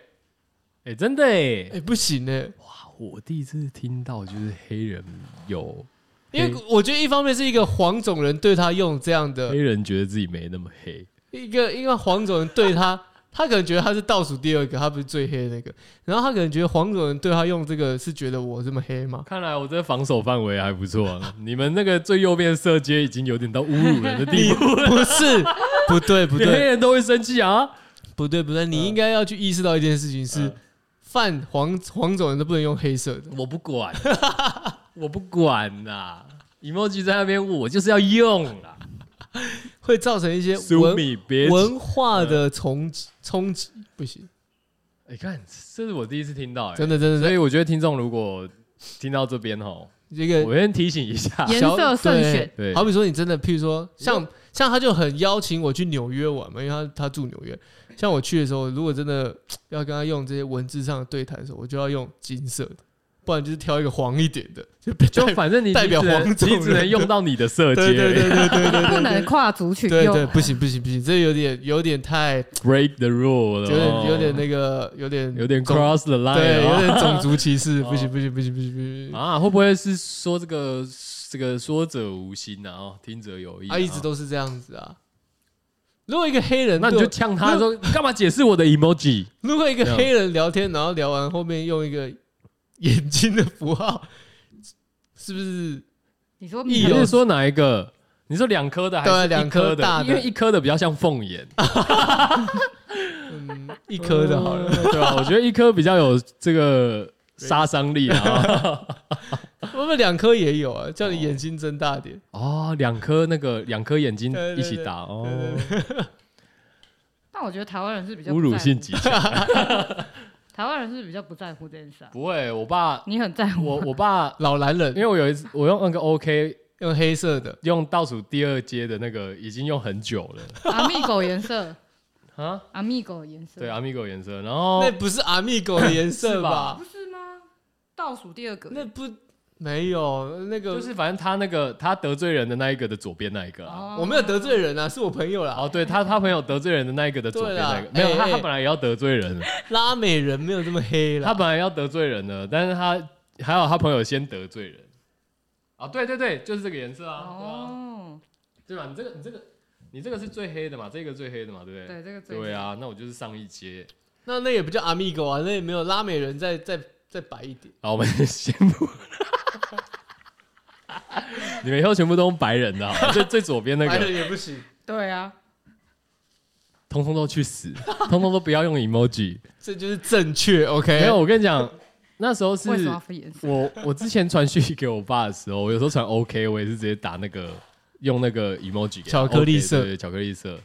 Speaker 1: 哎，真的哎，
Speaker 2: 哎不行哎、
Speaker 1: 哇，我第一次听到就是黑人有
Speaker 2: 因为
Speaker 1: 黑
Speaker 2: 我觉得一方面是一个黄种人对他用这样的
Speaker 1: 黑人觉得自己没那么黑，
Speaker 2: 一个，因为黄种人对他， 他可能觉得他是倒数第二个，他不是最黑的那个，然后他可能觉得黄种人对他用这个是觉得我这么黑吗？
Speaker 1: 看来我这防守范围还不错啊， 你们那个最右边的色阶已经有点到侮辱人的地
Speaker 2: 你
Speaker 1: 步，
Speaker 2: 不是，不对不
Speaker 1: 连黑
Speaker 2: 对
Speaker 1: 人都会生气啊，
Speaker 2: 不对不对，你应该要去意识到一件事情是
Speaker 1: 嗯，
Speaker 2: 犯黄黄种人都不能用黑色的，
Speaker 1: 我不管，我不管呐，emoji 在那边，我就是要用啊啦，
Speaker 2: 会造成一些
Speaker 1: 输
Speaker 2: 文
Speaker 1: 你别
Speaker 2: 文化的冲
Speaker 1: 嗯
Speaker 2: 击冲击，不行，
Speaker 1: 哎，看，这是我第一次听到，哎，
Speaker 2: 真的真的
Speaker 1: 所
Speaker 2: 真的，
Speaker 1: 以我觉得听众如果听到这边吼，
Speaker 2: 这个
Speaker 1: 我先提醒一下，
Speaker 3: 颜
Speaker 2: 小
Speaker 3: 色慎选
Speaker 1: 对
Speaker 2: 好比说你真的，譬如说像像他就很邀请我去纽约玩嘛，因为他他住纽约。像我去的时候，如果真的要跟他用这些文字上的对谈的时候，我就要用金色的，不然就是挑一个黄一点的，就比较
Speaker 1: 就反正你
Speaker 2: 代表
Speaker 1: 你只能
Speaker 2: 黄种人
Speaker 1: 你只能用到你的色阶
Speaker 2: 对对对对对
Speaker 3: 不能跨族群
Speaker 2: 对对，
Speaker 3: 用。
Speaker 2: 不行不行不行，这有点有点太
Speaker 1: ，break the rule
Speaker 2: 有
Speaker 1: 了，
Speaker 2: 点有点那个有点
Speaker 1: 个哦有点
Speaker 2: 种
Speaker 1: cross the line，
Speaker 2: 对，有
Speaker 1: 哦
Speaker 2: 点种族歧视，
Speaker 1: 哦
Speaker 2: 不行不行不行不行不行，
Speaker 1: 啊，会不会是说这个这个说者无心啊，哦，听者有意啊，
Speaker 2: 啊一直都是这样子啊。如果一个黑人
Speaker 1: 那你就
Speaker 2: 对我
Speaker 1: 呛他说，你干嘛解释我的 emoji？
Speaker 2: 如果一
Speaker 1: 这
Speaker 2: 个
Speaker 1: 样
Speaker 2: 黑人聊天，然后聊完后面用一个眼睛的符号， 是不是？
Speaker 3: 你说
Speaker 1: 你
Speaker 2: 意
Speaker 3: 你
Speaker 2: 有
Speaker 1: 是说哪一个？你说两颗的还
Speaker 2: 对啊
Speaker 1: 是
Speaker 2: 两
Speaker 1: 一颗
Speaker 2: 颗大
Speaker 1: 的？
Speaker 2: 的
Speaker 1: 因为一颗的比较像凤眼，
Speaker 2: 嗯，一颗的好了。
Speaker 1: 嗯对吧？我觉得一颗比较有这个杀伤力 啊！
Speaker 2: 我们两颗也有啊，叫你眼睛睁大点。
Speaker 1: 哦，两颗那个两颗眼睛
Speaker 2: 对对
Speaker 1: 一
Speaker 2: 对
Speaker 1: 起打哦，
Speaker 2: 对
Speaker 3: 但我觉得台湾人是比较
Speaker 1: 侮
Speaker 3: 不
Speaker 1: 辱
Speaker 3: 在乎
Speaker 1: 性极强。
Speaker 3: 台湾人是比较不在乎这件事啊。
Speaker 1: 不会，我爸
Speaker 3: 你很在 乎，
Speaker 1: 我我爸，
Speaker 2: 老男
Speaker 1: 因
Speaker 2: 人
Speaker 1: 为我有一次我用那个 OK
Speaker 2: 用黑色的，
Speaker 1: 用倒数第二阶的那个已经用很久了
Speaker 3: 阿密狗颜色，
Speaker 1: 啊，
Speaker 3: 阿密狗颜色，
Speaker 1: 对，，Amigo 啊颜色，然后
Speaker 2: 那不是阿密狗的颜色吧？
Speaker 3: 不是吗？倒数第二个，
Speaker 2: 那不没有那个，
Speaker 1: 就是反正他那个他得罪人的那一个的左边那一个啊。
Speaker 3: 哦
Speaker 2: 我没有得罪人啊，是我朋友啦。
Speaker 1: 哦，对他，他朋友得罪人的那一个的左边那一个，没
Speaker 2: 对啦
Speaker 1: 有他，他
Speaker 2: 哎哎啊
Speaker 1: 本来也要得罪人，
Speaker 2: 拉美人没有这么黑
Speaker 1: 他
Speaker 2: 啦。
Speaker 1: 本来要得罪人的，但是他还好，他朋友先得罪人。啊，对对对，就是这个颜色啊，
Speaker 3: 哦，
Speaker 1: 对啊吧？你这个你这个你这个是最黑的嘛，这个最黑的嘛，对不对？
Speaker 3: 对，这个最
Speaker 1: 对，啊，那我就是上一阶。
Speaker 2: 那那也不叫阿密狗啊，那也没有拉美人再再再白一点。
Speaker 1: 好，我们 先不。你们以后全部都用白人的好吗，最最左边那
Speaker 2: 白
Speaker 1: 个，
Speaker 2: 人也不行，
Speaker 3: 对啊，
Speaker 1: 通通都去死，通通都不要用 emoji。
Speaker 2: 这就是正确。OK，
Speaker 1: 没有，我跟你讲，那时候是
Speaker 3: 为什么要分颜色？
Speaker 1: 我我之前传讯息给我爸的时候，我有时候传 OK，我也是直接打那个用那个 emoji 给他
Speaker 2: 巧克力
Speaker 1: OK，
Speaker 2: 色
Speaker 1: 对对巧克力色。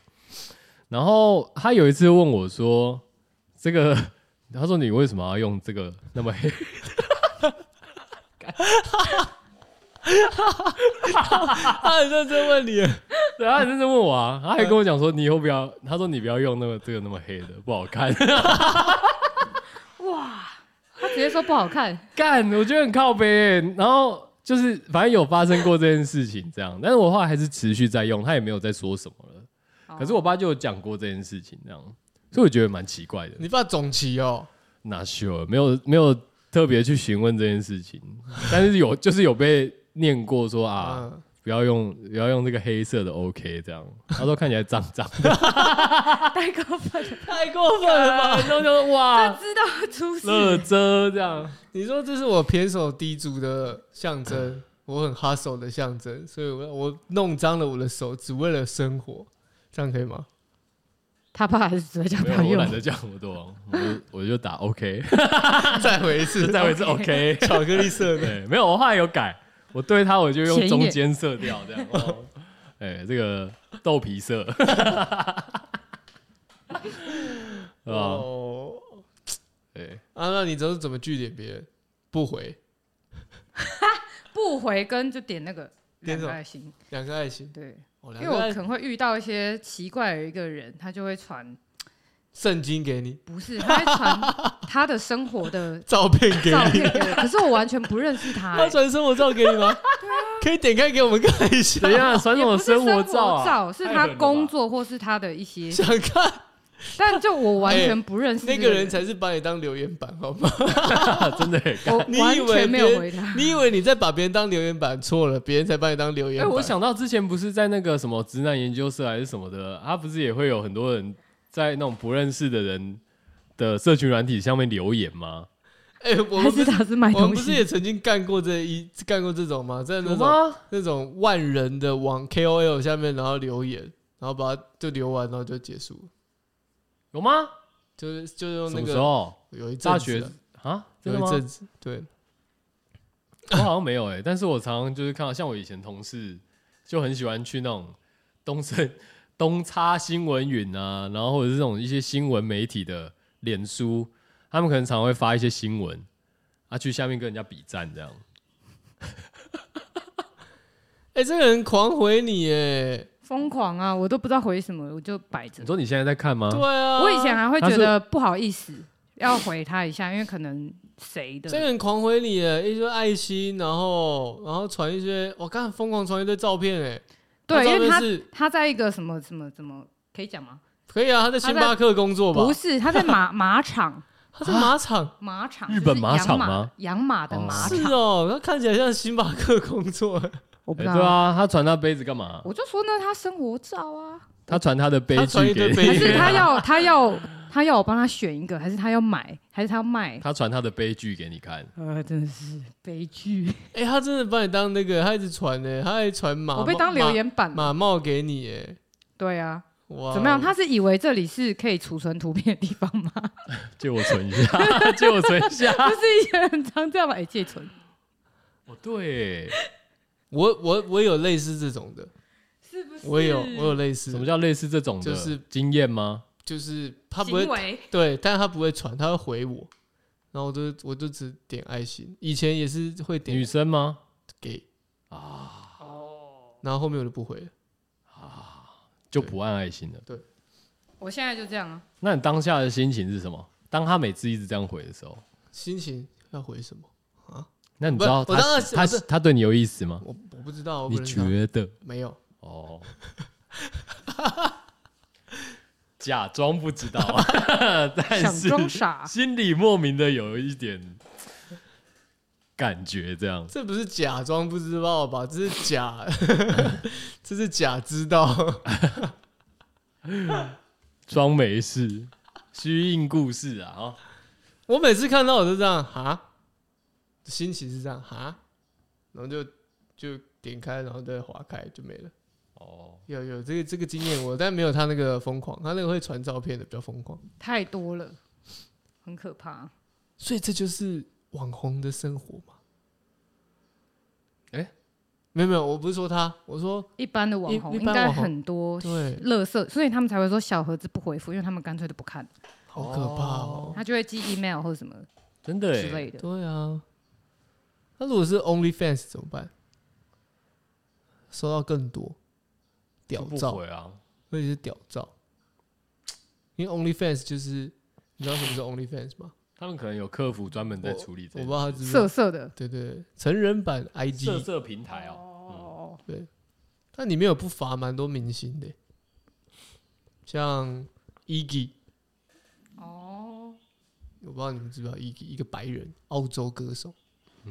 Speaker 1: 然后他有一次问我说：“这个，他说你为什么要用这个那么黑？”
Speaker 2: 他很啊认真问你，
Speaker 1: 对，他很认真问我啊，他还跟我讲说：“你以后不要。”他说：“你不要用那个这个那么黑的，不好看。
Speaker 3: 他直接说不好看，”
Speaker 1: 干，我觉得很靠背欸、然后就是反正有发生过这件事情，这样，但是我后来还是持续在用，他也没有再说什么了。可
Speaker 3: 哦
Speaker 1: 是我爸就有讲过这件事情，这样，所以我觉得蛮奇怪的。
Speaker 2: 你爸总旗哦，
Speaker 1: 哪秀没有没有特别去询问这件事 情，但是有就是有被念过说啊，
Speaker 2: 嗯，
Speaker 1: 不要用不要用这个黑色的 OK 这样，他说看起来脏脏 的，
Speaker 3: 哦太过分了，
Speaker 2: 太过分了吧？
Speaker 1: 然后就说 哇，
Speaker 3: 知道出
Speaker 1: 乐
Speaker 3: 事，
Speaker 1: 遮这 样，
Speaker 2: 你说这是我偏手低足的象
Speaker 1: 嗯
Speaker 2: 征，我很 hustle 的象征，所以我我弄脏了我的手，只为了生活，这样可 以吗？
Speaker 3: 他爸还是只会叫
Speaker 1: 没
Speaker 3: 他
Speaker 1: 有我
Speaker 3: 用
Speaker 1: 懒，得讲那么多，我我就打 OK，
Speaker 2: 再回一次，
Speaker 1: 再回一次 OK，
Speaker 2: 巧克力色的，
Speaker 1: 对，没有我后来有改，我对他我就
Speaker 3: 浅
Speaker 1: 用
Speaker 3: 一
Speaker 1: 中
Speaker 3: 点
Speaker 1: 间色调这样，哦 哎，这个豆皮色， 啊，
Speaker 2: 哦，
Speaker 1: 对。
Speaker 2: 啊，那你都是怎么据点别人？不回
Speaker 3: 不回跟就点那个
Speaker 2: 点
Speaker 3: 两
Speaker 2: 什么
Speaker 3: 个爱心，
Speaker 2: 两个爱心，
Speaker 3: 对，
Speaker 2: 哦，
Speaker 3: 因
Speaker 2: 两
Speaker 3: 为
Speaker 2: 个
Speaker 3: 我
Speaker 2: 爱
Speaker 3: 可能会遇到一些奇怪的一个人，他就会传，
Speaker 2: 圣经给你，
Speaker 3: 不是，他会传他的生活的
Speaker 2: 照片给
Speaker 3: 照
Speaker 2: 你，
Speaker 3: 片啊给我， 可是我完全不认识他、
Speaker 2: 他
Speaker 3: 欸。
Speaker 2: 传生活照给你 吗？可以点开给我们看一下
Speaker 1: 等一，下， 传什
Speaker 3: 也
Speaker 1: 么
Speaker 3: 不是生
Speaker 1: 活
Speaker 3: 活
Speaker 1: 照啊？
Speaker 3: 是
Speaker 1: 太
Speaker 3: 他
Speaker 1: 狠了吧
Speaker 3: 工作或是他的一些，
Speaker 2: 想看
Speaker 3: 但就我完全不认识
Speaker 2: 哎那
Speaker 3: 这
Speaker 2: 个
Speaker 3: 个
Speaker 2: 人才是把你当留言板，好 吗？
Speaker 1: 真 的耶。
Speaker 3: 我
Speaker 2: 你
Speaker 3: 完
Speaker 2: 以为
Speaker 3: 全没有
Speaker 2: 别
Speaker 3: 回他。
Speaker 2: 你以为你在把别人当留言板，错了，别人才把你当留言
Speaker 1: 哎，
Speaker 2: 板。
Speaker 1: 我想到之前不是在那个什么直男研究社还是什么的，他不是也会有很多人在那种不认识的人的社群软体上面留言吗？
Speaker 2: 哎、我
Speaker 3: 还
Speaker 2: 们不是
Speaker 3: 是他是卖
Speaker 2: 我们
Speaker 3: 东
Speaker 2: 不是
Speaker 3: 西
Speaker 2: 也，曾经干过这一干过这种吗？在那
Speaker 1: 有
Speaker 2: 种
Speaker 1: 吗？
Speaker 2: 那种万人的网 KOL 下面，然后留言，然后把它就留完，然后就结束了，
Speaker 1: 有吗？
Speaker 2: 就是就是用
Speaker 1: 什
Speaker 2: 那
Speaker 1: 么时
Speaker 2: 个
Speaker 1: 候？
Speaker 2: 有一阵子啊、
Speaker 1: 大学啊？真
Speaker 2: 有
Speaker 1: 的
Speaker 2: 一
Speaker 1: 吗？
Speaker 2: 阵子，对，
Speaker 1: 我好像没有哎，但是我常常就是看到，像我以前同事就很喜欢去那种东森、东差新闻云啊，然后或者是这种一些新闻媒体的脸书，他们可能常会发一些新闻，啊，去下面跟人家比赞这样。
Speaker 2: 哎、这个人狂回你，哎，
Speaker 3: 疯狂啊！我都不知道回什么，我就摆着
Speaker 1: 你。说你现在在看吗？
Speaker 2: 对啊，
Speaker 3: 我以前还会
Speaker 1: 他
Speaker 3: 觉
Speaker 1: 是
Speaker 3: 得不好意思，要回他一下，因为可能谁
Speaker 2: 这个
Speaker 3: 的
Speaker 2: 人狂回你，哎，一堆爱心，然后然后传一些，我刚疯狂传一堆照片，哎，那
Speaker 3: 对，因
Speaker 2: 照
Speaker 3: 为
Speaker 2: 片
Speaker 3: 他
Speaker 2: 是
Speaker 3: 他在一个什么什么什么，可以讲吗？
Speaker 2: 可以啊，他在星巴克工作吧？
Speaker 3: 不是，他在马 马场，
Speaker 2: 他在马场。
Speaker 3: 马场，
Speaker 1: 日本
Speaker 3: 就是
Speaker 1: 马
Speaker 3: 养
Speaker 1: 场吗？
Speaker 3: 养马的
Speaker 1: 哦
Speaker 3: 马
Speaker 2: 是
Speaker 3: 场，
Speaker 2: 哦，他看起来像星巴克工作，
Speaker 3: 我不
Speaker 1: 哎
Speaker 3: 知道。
Speaker 1: 对啊，他传他杯子干嘛？
Speaker 3: 我就说呢，他生活照啊，
Speaker 1: 他传他的杯
Speaker 2: 他传
Speaker 1: 具
Speaker 2: 一
Speaker 1: 给
Speaker 2: 堆
Speaker 1: 你，
Speaker 2: 杯
Speaker 3: 还是
Speaker 2: 具，
Speaker 3: 他要他要他要我帮他选一个，还是他要买，还是他要卖？
Speaker 1: 他传他的杯具给你看。
Speaker 3: 呃，真的是悲剧，
Speaker 2: 哎、他真的把你当那个，他一直传呢、他还传马帽，
Speaker 3: 我被当留言板了。
Speaker 2: 马马帽给你、欸，
Speaker 3: 对啊，
Speaker 2: 哇哦，
Speaker 3: 怎么样？他是以为这里是可以储存图片的地方吗？
Speaker 1: 借我存一 下，借我存一下。
Speaker 3: 不 是以前很常这样吗？哎、借存
Speaker 1: 哦，对，
Speaker 2: 我我我有类似这种的，
Speaker 3: 是不是？
Speaker 2: 我有我有类似
Speaker 1: 什，么叫类似这种的
Speaker 2: 就是
Speaker 1: 经验吗？
Speaker 2: 就是他不会
Speaker 3: 行为
Speaker 2: 对，但是他不会传，他会回我，然后我就我就只点爱心。以前也是会
Speaker 1: 女啊
Speaker 2: 点
Speaker 1: 生吗？
Speaker 2: 给，
Speaker 3: 哦。
Speaker 2: 然后后面我就不回了。
Speaker 1: 就不按爱心了。
Speaker 3: 我现在就这样啊，
Speaker 1: 那你当下的心情是什么？当他每次一直这样回的时候，
Speaker 2: 心情要回什么？
Speaker 1: 那你
Speaker 2: 不
Speaker 1: 知
Speaker 2: 是，
Speaker 1: 道
Speaker 2: 我
Speaker 1: 他
Speaker 2: 当然是
Speaker 1: 他
Speaker 2: 我是
Speaker 1: 他对你有意思吗？
Speaker 2: 我我不知道，我
Speaker 1: 你
Speaker 2: 不知道
Speaker 1: 觉得？
Speaker 2: 没有？
Speaker 1: 哦， 假装不知道啊， 但
Speaker 3: 想
Speaker 1: 是
Speaker 3: 装傻
Speaker 1: 心里莫名的有一点感觉，这样
Speaker 2: 这不是假装不知道吧？这是 假， 这是假知道。
Speaker 1: 装没事，虚应故事啊，哦
Speaker 2: 我每次看到我都这样哈，心情是这样哈，然后就就点开，然后再划开就没了。
Speaker 1: 哦，
Speaker 2: 有有这个这个经验我，但没有他那个疯狂，他那个会传照片的比较疯狂。
Speaker 3: 太多了，很可怕。
Speaker 2: 所以这就是网红的生活嘛？
Speaker 1: 诶
Speaker 2: 没有没有，我不是说他，我说
Speaker 3: 一般的网
Speaker 2: 一
Speaker 3: 红
Speaker 2: 一
Speaker 3: 应
Speaker 2: 般
Speaker 3: 该
Speaker 2: 网红
Speaker 3: 很多
Speaker 2: 对，
Speaker 3: 垃圾，所以他们才会说小盒子不回复，因为他们干脆都不看，
Speaker 2: 好可怕哦。
Speaker 3: 他就会寄 email 或什么
Speaker 1: 真的
Speaker 3: 之
Speaker 1: 欸，
Speaker 3: 类的。
Speaker 2: 对啊，那如果是 OnlyFans 怎么办？收到更多屌
Speaker 1: 就不
Speaker 2: 照，
Speaker 1: 回啊，
Speaker 2: 而且是屌照，因为 OnlyFans 就是你知道什么是 OnlyFans 吗？
Speaker 1: 他们可能有客服专门在处理
Speaker 2: 我
Speaker 1: 这
Speaker 2: 不知
Speaker 1: 个
Speaker 2: 道他知不知
Speaker 3: 色
Speaker 2: 道。
Speaker 3: 色的
Speaker 2: 对对对，成人版
Speaker 1: 色
Speaker 2: IG，
Speaker 1: 色平台哦，
Speaker 3: 哦，
Speaker 2: 那里面有不乏蛮多明星的，像 Iggy。
Speaker 3: 哦，
Speaker 2: 我不知道你们知不知道，一个一个白人澳洲歌手，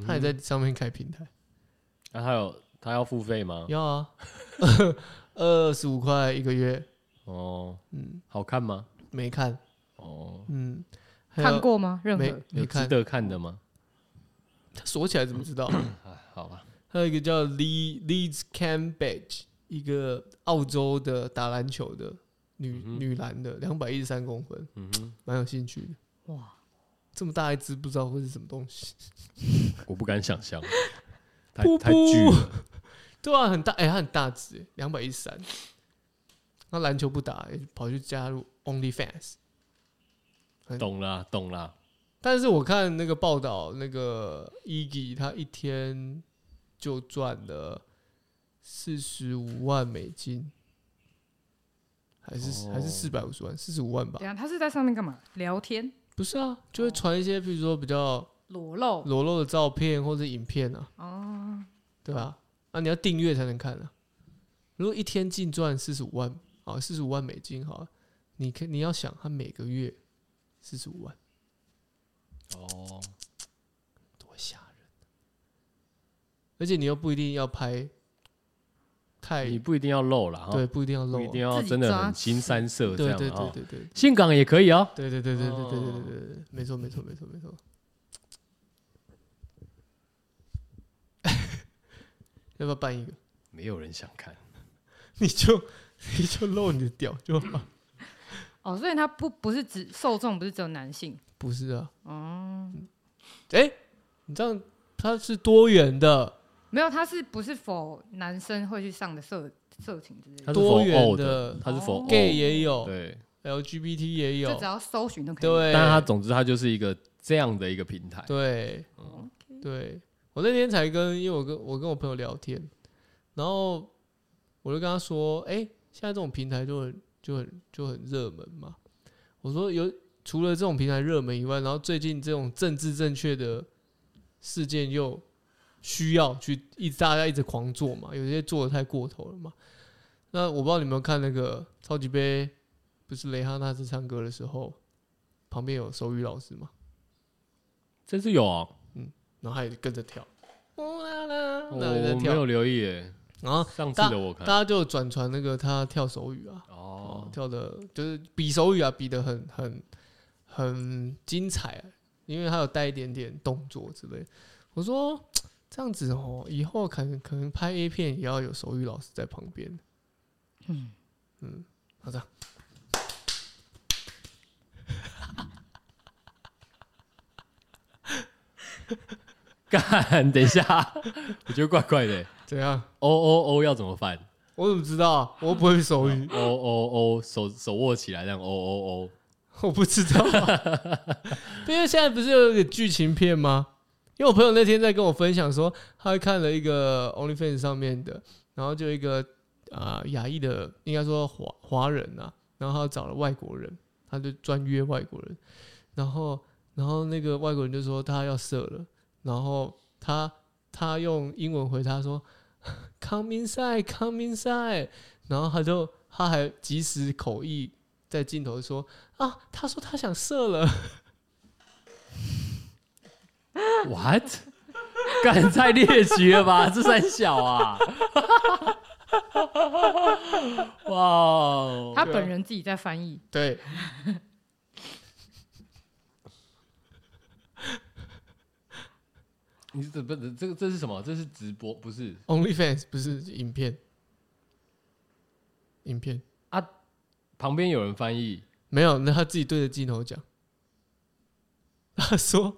Speaker 2: 他也在上面开平台，
Speaker 1: 那他有他要付费吗？
Speaker 2: 要啊， 二十五块一个月，
Speaker 1: 哦，
Speaker 2: 嗯，
Speaker 1: 好看吗？
Speaker 2: 没看，
Speaker 1: 哦，
Speaker 2: 嗯，还有
Speaker 3: 看过吗？任
Speaker 2: 没
Speaker 3: 何
Speaker 1: 有
Speaker 2: 没
Speaker 1: 值
Speaker 2: 看，
Speaker 1: 得看的吗？
Speaker 2: 他锁起来怎么知道？
Speaker 1: 哎，好吧，
Speaker 2: 还有一个叫 Lee Leeds Cambridge，一个澳洲的打篮球的女、
Speaker 1: 嗯哼
Speaker 2: 女篮的，两百一十三公分，
Speaker 1: 嗯哼，
Speaker 2: 蛮有兴趣的。
Speaker 3: 哇，
Speaker 2: 这么大一只，不知道会是什么东西。
Speaker 1: 我不敢想 象，太
Speaker 2: 噗
Speaker 1: 太巨
Speaker 2: 噗
Speaker 1: 了。
Speaker 2: 对啊，很大，哎、他很大只，两百一十三。那篮球不打，哎跑去加入 OnlyFans。
Speaker 1: 懂啦，懂啦。
Speaker 2: 但是我看那个报道，那个 Egi 他一天就赚了四十五万美金，还是、
Speaker 1: 哦
Speaker 2: 还是四百五十万，四十五万吧
Speaker 3: 等一？下他是在上面干嘛？聊天
Speaker 2: 不是啊，就会传一些比如说比较
Speaker 3: 裸露
Speaker 2: 裸露的照片或者影片啊，
Speaker 3: 哦，
Speaker 2: 对吧、啊？你要订阅才能看啊。如果一天净赚四十五万，啊，四十五万美金好了，你可你要想他每个月四十五万，
Speaker 1: 哦，
Speaker 2: 多吓人！而且你又不一定要拍太
Speaker 1: 你不一定要露啦，哈
Speaker 2: 哎对，，不一定要露
Speaker 1: 不
Speaker 2: 啊、
Speaker 1: 一定要
Speaker 3: 自己
Speaker 1: 真的
Speaker 3: 抓
Speaker 1: 很新三色这
Speaker 2: 对
Speaker 1: 样
Speaker 2: 对对
Speaker 1: 啊。哈
Speaker 2: 对对
Speaker 1: 性感也可以哦。
Speaker 2: 对对对对对对
Speaker 1: 哦
Speaker 2: 对对对对，没错没错没错没错。 要不要办一个？
Speaker 1: 没有人想看，
Speaker 2: 你就你就露你的屌就好。
Speaker 3: 哦，所以他不不是只受众不是只有男性
Speaker 2: 不是啊，
Speaker 3: 哦，
Speaker 2: 哎、你这样它是多元的，
Speaker 3: 没有，他是不是否男生会去上的色色情之类
Speaker 1: 它是
Speaker 3: 的？
Speaker 2: 多
Speaker 1: for
Speaker 2: 元
Speaker 1: all
Speaker 2: 的
Speaker 1: 它是否
Speaker 3: 哦
Speaker 2: gay 也有
Speaker 1: 对，
Speaker 2: ，LGBT 也
Speaker 3: 就
Speaker 2: 有
Speaker 3: 只，要搜寻就可以。，
Speaker 2: 对，
Speaker 1: 但它总之它就是一个这样的一个平台。
Speaker 2: 对，
Speaker 1: 嗯
Speaker 2: 对我那天才跟，因为我跟我跟我朋友聊天，然后我就跟他说，哎、现在这种平台就很就很就很热门嘛。我说有除了这种平台热门以外，然后最近这种政治正确的事件又需要去一直大家一直狂做嘛，有些做的太过头了嘛。那我不知道你有没有看那个超级杯，不是蕾哈娜在唱歌的时候，旁边有手语老师嘛，
Speaker 1: 这次有啊，
Speaker 2: 然后他也跟着跳，呜啦啦，
Speaker 1: 哦我
Speaker 2: 然后也在
Speaker 1: 没
Speaker 2: 跳，
Speaker 1: 有留意耶，
Speaker 2: 然后
Speaker 1: 上次的我
Speaker 2: 大
Speaker 1: 看。
Speaker 2: 家就转传那个他跳手语啊，嗯哦
Speaker 1: 哦，，
Speaker 2: 跳的就是比手语啊，比的很很很精彩、啊，因为他有带一点点动作之类。我说这样子哦，以后可能可能拍 A 片也要有手语老师在旁边。嗯嗯，好这样。
Speaker 1: 干，等一下， 我觉得怪怪的。
Speaker 2: 怎样？
Speaker 1: O O O 哦要怎么翻？
Speaker 2: 我怎么知道？啊我又不会手语，
Speaker 1: O O O 哦手手握起来这样哦 O O O，
Speaker 2: 我不知道啊。因为现在不是有一个剧情片吗？因为我朋友那天在跟我分享说，他看了一个 OnlyFans 上面的，然后就一个啊亚裔的，应该说华华人啊，然后他找了外国人，他就专约外国人，然后然后那个外国人就说他要射了，然后他他用英文回他说 Come inside, come inside，然后他就他还及时口译在镜头说啊，他说他想射了。
Speaker 1: What？干太猎奇了吧？ 这三小啊！ 哇哦，
Speaker 3: 他本人自己在翻译，
Speaker 2: 对，
Speaker 1: 你怎么这个这是什么？这是直播不是？
Speaker 2: OnlyFans 不是影片，影片
Speaker 1: 啊旁边有人翻译，
Speaker 2: 没有，那他自己对着镜头讲，他说，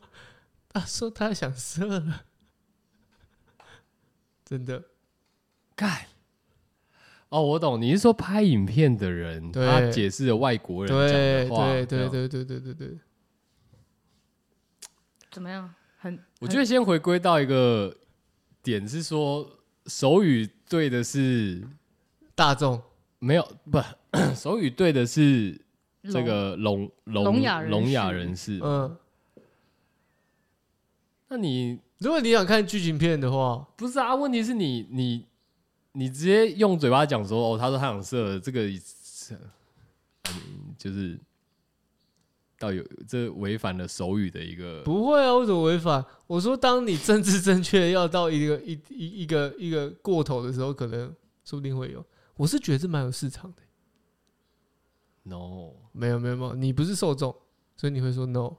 Speaker 2: 他说他想射了，真的，
Speaker 1: 干。哦，我懂，你是说拍影片的人，
Speaker 2: 对
Speaker 1: 他解释了外国人讲
Speaker 2: 对
Speaker 1: 的话，
Speaker 2: 对
Speaker 1: 这样
Speaker 2: 对对对对对对，
Speaker 3: 怎么样？很，
Speaker 1: 我觉得先回归到一个点是说，手语对的是
Speaker 2: 大众
Speaker 1: 没有不 手语对的是
Speaker 3: 很
Speaker 1: 这
Speaker 3: 聋
Speaker 1: 个聋
Speaker 3: 聋哑人士
Speaker 1: 聋哑人士。
Speaker 2: 嗯，
Speaker 1: 那你
Speaker 2: 如果你想看剧情片的话，
Speaker 1: 不是啊？问题是你你你直接用嘴巴讲说哦，他说他想射这个，嗯，就是到有这违反了手语的一个
Speaker 2: 不会啊，我怎么违反？我说，当你政治正确要到一个一一一个一个过头的时候，可能说不定会有。我是觉得这蛮有市场的。
Speaker 1: no。
Speaker 2: 没有没有没有，你不是受众，所以你会说 no，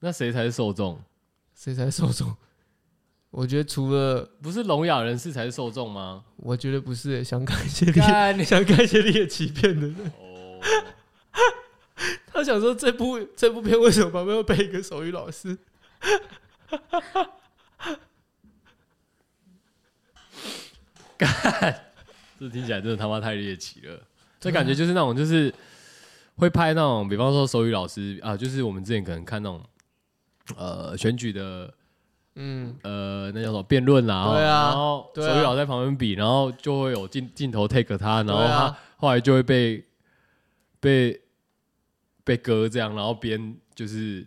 Speaker 1: 那谁才是受众？
Speaker 2: 谁才是受众？ 我觉得除了，
Speaker 1: 不是聋哑人士才是受众吗？
Speaker 2: 我觉得不是、欸、想看一些 猎
Speaker 1: 干你
Speaker 2: 想看一些猎奇片的人，
Speaker 1: 哦，
Speaker 2: 他想说这部这部片为什么旁边会配一个手语老师？
Speaker 1: 这听起来真的他妈太猎奇了。
Speaker 2: 啊
Speaker 1: 这感觉就是那种，就是会拍那种，比方说手语老师啊，就是我们之前可能看那种呃选举的
Speaker 2: 嗯，
Speaker 1: 呃那叫什么辩论啦，
Speaker 2: 对啊
Speaker 1: 然后手
Speaker 2: 对啊
Speaker 1: 语老师在旁边比，然后就会有镜镜头 take 他，然后
Speaker 2: 对
Speaker 1: 他
Speaker 2: 啊
Speaker 1: 后来就会被被被割这样，然后边就是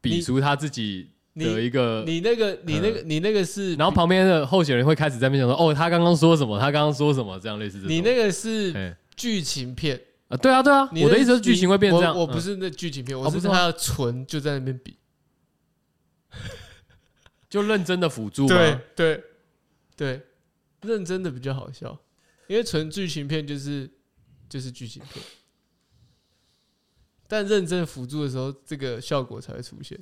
Speaker 1: 比
Speaker 2: 你
Speaker 1: 出他自己的一个。嗯
Speaker 2: 你那个你那个你那个是，
Speaker 1: 然后旁边的候选人会开始在那边讲说，哦，他刚刚说什么？他刚刚说什么？这样类似这种。
Speaker 2: 你那个是
Speaker 1: 哎
Speaker 2: 剧情片。
Speaker 1: 啊，对啊，对啊，
Speaker 2: 你
Speaker 1: 我的
Speaker 2: 那
Speaker 1: 意思是剧情会变成这样。
Speaker 2: 我我不
Speaker 1: 嗯
Speaker 2: 是那剧情片，
Speaker 1: 哦
Speaker 2: 我
Speaker 1: 不
Speaker 2: 是
Speaker 1: 是
Speaker 2: 他
Speaker 1: 吗
Speaker 2: 要纯就在那边比。
Speaker 1: 就认真的辅助吗？
Speaker 2: 对对对，认真的比较好笑，因为纯剧情片就是就是剧情片，但认真辅助的时候，这个效果才会出现，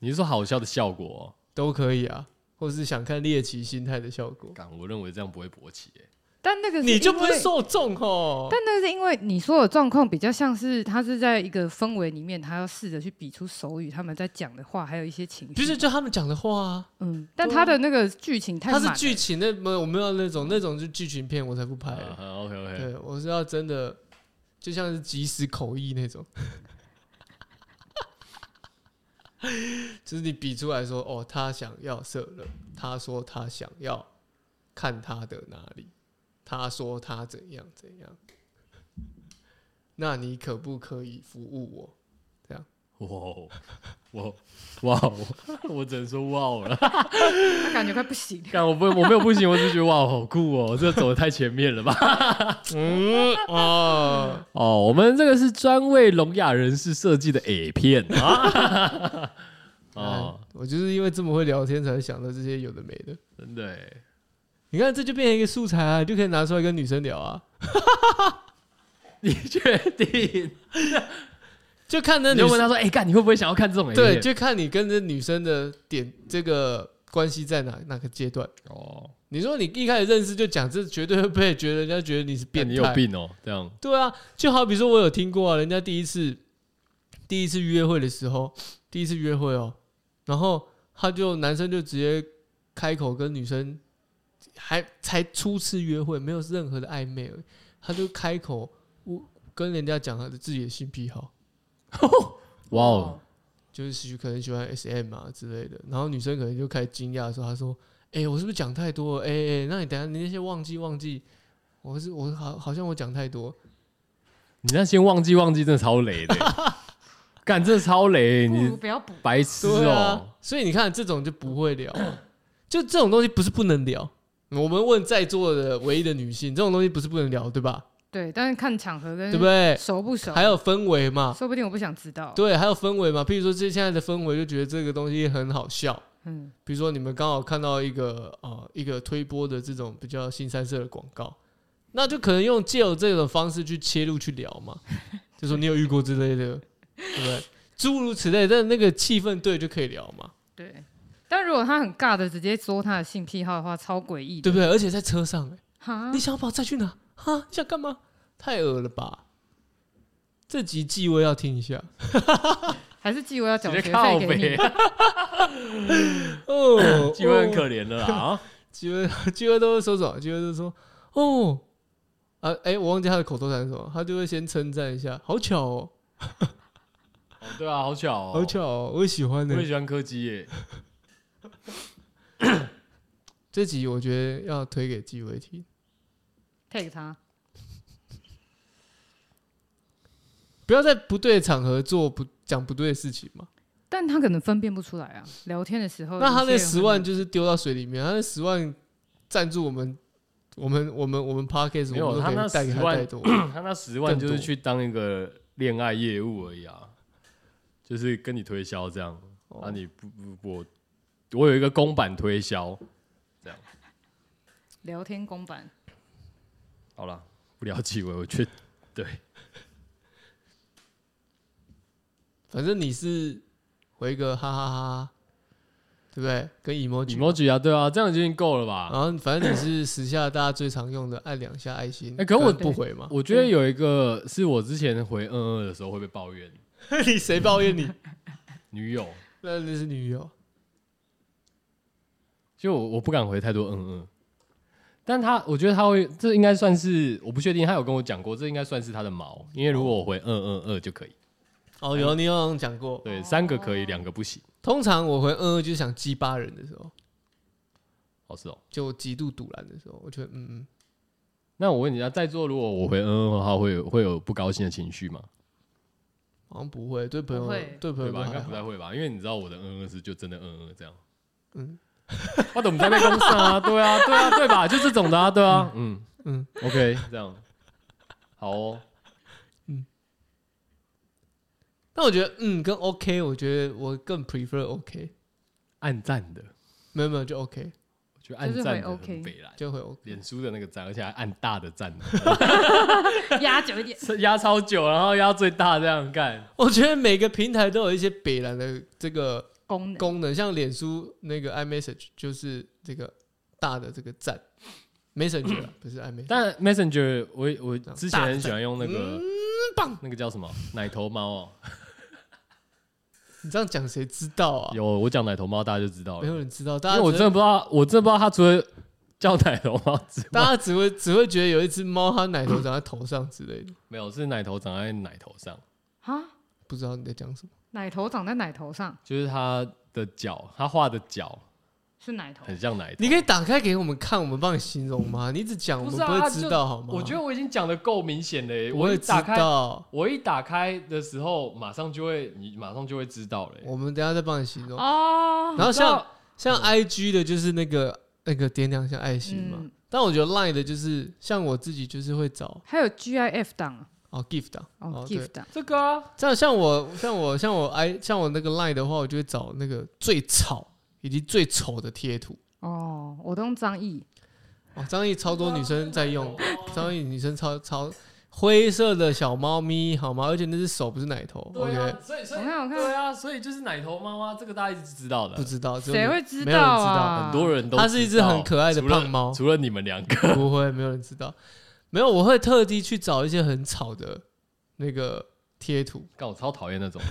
Speaker 1: 你是说好笑的效果、
Speaker 2: 都可以啊，或是想看猎奇心态的效果
Speaker 1: 哦？，干，我认为这样不会勃起、欸。
Speaker 3: 但那个
Speaker 2: 你就
Speaker 3: 因
Speaker 2: 不是
Speaker 3: 为
Speaker 2: 受众哦。
Speaker 3: 但那是因为你说的状况比较像是他是在一个氛围里面，他要试着去比出手语他们在讲的话，还有一些情绪。
Speaker 2: 不是就他们讲的话啊，
Speaker 3: 嗯，但他的那个剧情太
Speaker 2: 他
Speaker 3: 满
Speaker 2: 是
Speaker 3: 了，
Speaker 2: 剧情那没有我没有那种那种就剧情片我才不拍、
Speaker 1: 啊、OK OK，
Speaker 2: 对，我是要真的，就像是即时口译那种， 就是你比出来说，哦，他想要射了，他说他想要看他的哪里，他说他怎样怎样，那你可不可以服务我？
Speaker 1: 哇哦，哇哦哇哦， 我只能说哇哦了。
Speaker 3: 他感觉快不行。
Speaker 1: 干，我不我没有不行，我只是觉得哇哦好酷哦，这走的太前面了吧？
Speaker 2: 嗯 哦，
Speaker 1: 哦，我们这个是专为聋哑人士设计的 A 片啊。哦
Speaker 2: 哦，，我就是因为这么会聊天，才会想到这些有的没的。
Speaker 1: 真的欸，
Speaker 2: 你看，这就变成一个素材啊，你就可以拿出来跟女生聊啊，
Speaker 1: 你确定？
Speaker 2: 就看
Speaker 1: 你
Speaker 2: 那女
Speaker 1: 就
Speaker 2: 生
Speaker 1: 问他说，哎、干，你会不会想要看这种 A
Speaker 2: 对，
Speaker 1: 片？
Speaker 2: 就看你跟这女生的点这个关系在哪哪个阶段。
Speaker 1: 哦，
Speaker 2: 你说你一开始认识就讲，这绝对会被觉得人家觉得你是变
Speaker 1: 但
Speaker 2: 态。
Speaker 1: 你有病哦、这样
Speaker 2: 对啊，就好比说，我有听过啊，人家第一次第一次约会的时候，第一次约会哦，然后他就男生就直接开口跟女生，还才初次约会，没有任何的暧昧而已，他就开口我跟人家讲他的自己的性癖好，
Speaker 1: 哇哦，
Speaker 2: 就是喜可能喜欢 SM 啊之类的，然后女生可能就开始惊讶说，他说：“哎、我是不是讲太多了？哎、哎、那你等一下你那些忘记忘记，我是我好好像我讲太多。”
Speaker 1: 你那先忘记忘记，真的超 雷的、干，真的超雷、
Speaker 3: 不如
Speaker 1: 你
Speaker 3: 不要补。
Speaker 1: 白痴
Speaker 2: 哦对啊
Speaker 1: 哦、，
Speaker 2: 所以你看这种就不会聊啊，就这种东西不是不能聊。我们问在座的唯一的女性，这种东西不是不能聊，对吧？
Speaker 3: 对，但是看场合跟
Speaker 2: 对不对？
Speaker 3: 熟不熟，
Speaker 2: 还有氛围嘛，
Speaker 3: 说不定我不想知道。
Speaker 2: 对，还有氛围嘛。譬如说，这现在的氛围就觉得这个东西很好笑。
Speaker 3: 嗯，
Speaker 2: 比如说，你们刚好看到一个呃一个推播的这种比较新三色的广告，那就可能用借由这种方式去切入去聊 嘛，就说你有遇过之类的，对不对？诸如此类，但那个气氛对就可以聊嘛，
Speaker 3: 对。但如果他很尬的直接说他的性癖好的话，超诡异
Speaker 2: 对
Speaker 3: 的。
Speaker 2: 不对？而且在车上、
Speaker 1: 嗯
Speaker 2: 欸，
Speaker 3: 哈
Speaker 2: 你，想要把我载去哪？哈，你想干嘛？太恶了吧！这集纪委要听一下
Speaker 3: 还是纪委要缴
Speaker 1: 直
Speaker 3: 学
Speaker 1: 接靠
Speaker 3: 费给
Speaker 1: 北，
Speaker 3: 你。，
Speaker 2: 哦
Speaker 1: 机会很可怜的啦啊！
Speaker 2: 纪委 纪委都会说什么？纪委都说哦，啊，哎、我忘记他的口头禅是什么，他就会先称赞一下，好巧哦，
Speaker 1: 哦对啊，好巧哦、
Speaker 2: 好巧哦，我也喜欢
Speaker 1: 我
Speaker 2: 的、
Speaker 1: 也喜欢柯基 耶、
Speaker 2: 这集我觉得要推给纪委听，
Speaker 3: take 他，
Speaker 2: 不要在不对的场合做不讲不对的事情嘛。
Speaker 3: 但他可能分辨不出来啊。聊天的时候，
Speaker 2: 那他
Speaker 3: 有
Speaker 2: 那
Speaker 3: 些人
Speaker 2: 十万
Speaker 3: 会
Speaker 2: 就是丢到水里面，他那十万赞助我们，我们我们我们 podcast，
Speaker 1: 没有
Speaker 2: 我们都
Speaker 1: 他
Speaker 2: 可
Speaker 1: 那
Speaker 2: 以带给
Speaker 1: 10
Speaker 2: 他
Speaker 1: 万
Speaker 2: 太多。
Speaker 1: 他那十万就是去当一个恋爱业务而已啊，就是跟你推销这样。
Speaker 2: 哦
Speaker 1: 啊，你不不我我有一个公版推销，
Speaker 3: 聊天公版，
Speaker 1: 好了，不聊纪委，我去。对，
Speaker 2: 反正你是回个哈哈哈对不对？跟 emoji，,
Speaker 1: 你 m o j 啊，对啊，这样就已经够了吧？
Speaker 2: 然后反正你是时下大家最常用的按两下爱心。
Speaker 1: 哎可我
Speaker 2: 跟不回 嘛？
Speaker 1: 我觉得有一个是我之前回嗯嗯的时候会被抱怨，
Speaker 2: 你谁抱怨你？
Speaker 1: 女友
Speaker 2: 那那是女友，
Speaker 1: 就我我不敢回太多嗯嗯，但他我觉得他会，这应该算是我不确定，他有跟我讲过，这应该算是他的毛，因为如果我回嗯嗯二就可以，
Speaker 2: 哦，有你有好像讲过。
Speaker 1: 对，三个可以，两个不行，
Speaker 2: 通常我回嗯嗯就是想激巴人的时候，
Speaker 1: 好是哦。
Speaker 2: 就我极度堵然的时候，我觉得嗯嗯，
Speaker 1: 那我问你啊，在座如果我回嗯嗯的话，会有会有不高兴的情绪吗？
Speaker 2: 好像不会对朋友
Speaker 3: 不会
Speaker 2: 对朋
Speaker 1: 对
Speaker 2: 友
Speaker 1: 吧？应该
Speaker 2: 还
Speaker 1: 不
Speaker 2: 好
Speaker 1: 太会吧？因为你知道我的嗯嗯是就真的嗯嗯这 样。
Speaker 2: 嗯，
Speaker 1: 我怎么在被攻上啊？对啊，对啊，对吧？就这种的啊，对啊，嗯
Speaker 2: 嗯
Speaker 1: 嗯，OK，这样好哦。
Speaker 2: 但我觉得嗯跟 OK，我觉得我更 prefer OK，
Speaker 1: 暗赞的，
Speaker 2: 没有没有就 OK
Speaker 1: 我觉得暗赞的
Speaker 3: 就是会
Speaker 1: 很
Speaker 3: OK
Speaker 1: 北蓝，
Speaker 2: 就会 OK。
Speaker 1: 脸书的那个赞，而且还按大的赞，
Speaker 3: 压久一点。
Speaker 1: 压超久，然后压最大这样干。
Speaker 2: 我觉得每个平台都有一些北蓝的这个
Speaker 3: 功能
Speaker 2: 功能，像脸书那个 iMessage 就是这个大的这个赞，Messenger 啊不是 iMessage，
Speaker 3: 嗯
Speaker 1: 但 Messenger 我我
Speaker 2: 样
Speaker 1: 之前很喜欢用那个
Speaker 2: 嗯棒
Speaker 1: 那个叫什么奶头猫哦，
Speaker 2: 你这样讲谁知道啊？
Speaker 1: 有我讲奶头猫大家就知道
Speaker 2: 没
Speaker 1: 了，
Speaker 2: 有
Speaker 1: 因
Speaker 2: 人知道，大
Speaker 1: 为
Speaker 2: 家
Speaker 1: 我
Speaker 2: 只
Speaker 1: 真的
Speaker 2: 会
Speaker 1: 不知道，我真的不知道它除了叫奶头猫之
Speaker 2: 大
Speaker 1: 外，
Speaker 2: 家只会只会觉得有一只猫，它奶头长在头上之类的，
Speaker 1: 没有是奶头长在奶头上，
Speaker 3: 啊，
Speaker 2: 不知道你在讲什么。
Speaker 3: 奶头长在奶头上
Speaker 1: 就是它的脚，它画的脚
Speaker 3: 是奶头，
Speaker 1: 很像奶头
Speaker 2: 你。可以打开给我们看，我们帮你形容吗？你一直讲，我
Speaker 1: 不
Speaker 2: 们
Speaker 1: 是啊
Speaker 2: 不会知道好吗？
Speaker 1: 我觉得我已经讲的够明显了耶，
Speaker 2: 我
Speaker 1: 一
Speaker 2: 也知
Speaker 1: 打开
Speaker 2: 道，
Speaker 1: 我一打开的时候，马上就会，你马上就会知道了耶。
Speaker 2: 我们等一下再帮你形
Speaker 1: 啊
Speaker 2: 容。
Speaker 3: 哦，
Speaker 2: 然后
Speaker 1: 知道
Speaker 2: 像像 I G 的就是那个那个点两下爱心嘛，
Speaker 3: 嗯，
Speaker 2: 但我觉得 Line 的就是像我自己就是会找
Speaker 3: 还有 GIF 档
Speaker 2: 哦 gift 啊，
Speaker 3: 哦
Speaker 2: 对
Speaker 3: ，GIF，档
Speaker 1: 这个啊，
Speaker 2: 这样像我像我像我 I 像我那个 Line 的话，我就会找那个最吵以及最丑的贴图。
Speaker 3: 哦，我都用张译，
Speaker 1: 哦
Speaker 2: 哦，张毅超多女生在用，张毅女生超超，灰色的小猫咪，好吗？而且那只手不是奶头
Speaker 1: 对
Speaker 2: ，OK？
Speaker 1: 啊，所以所以
Speaker 3: 我看我看
Speaker 1: 对啊，所以就是奶头妈妈这个大家一直知道的，
Speaker 2: 不知道，只有
Speaker 3: 谁
Speaker 2: 你
Speaker 3: 会知
Speaker 2: 没有人
Speaker 3: 道
Speaker 2: 知道
Speaker 3: 啊？
Speaker 1: 很多人都
Speaker 2: 它是一只
Speaker 1: 知道
Speaker 2: 很可爱的
Speaker 1: 除了
Speaker 2: 胖猫
Speaker 1: 除了你们两个，
Speaker 2: 不会，没有人知道。没有，我会特地去找一些很吵的那个贴图，
Speaker 1: 干我超讨厌那种。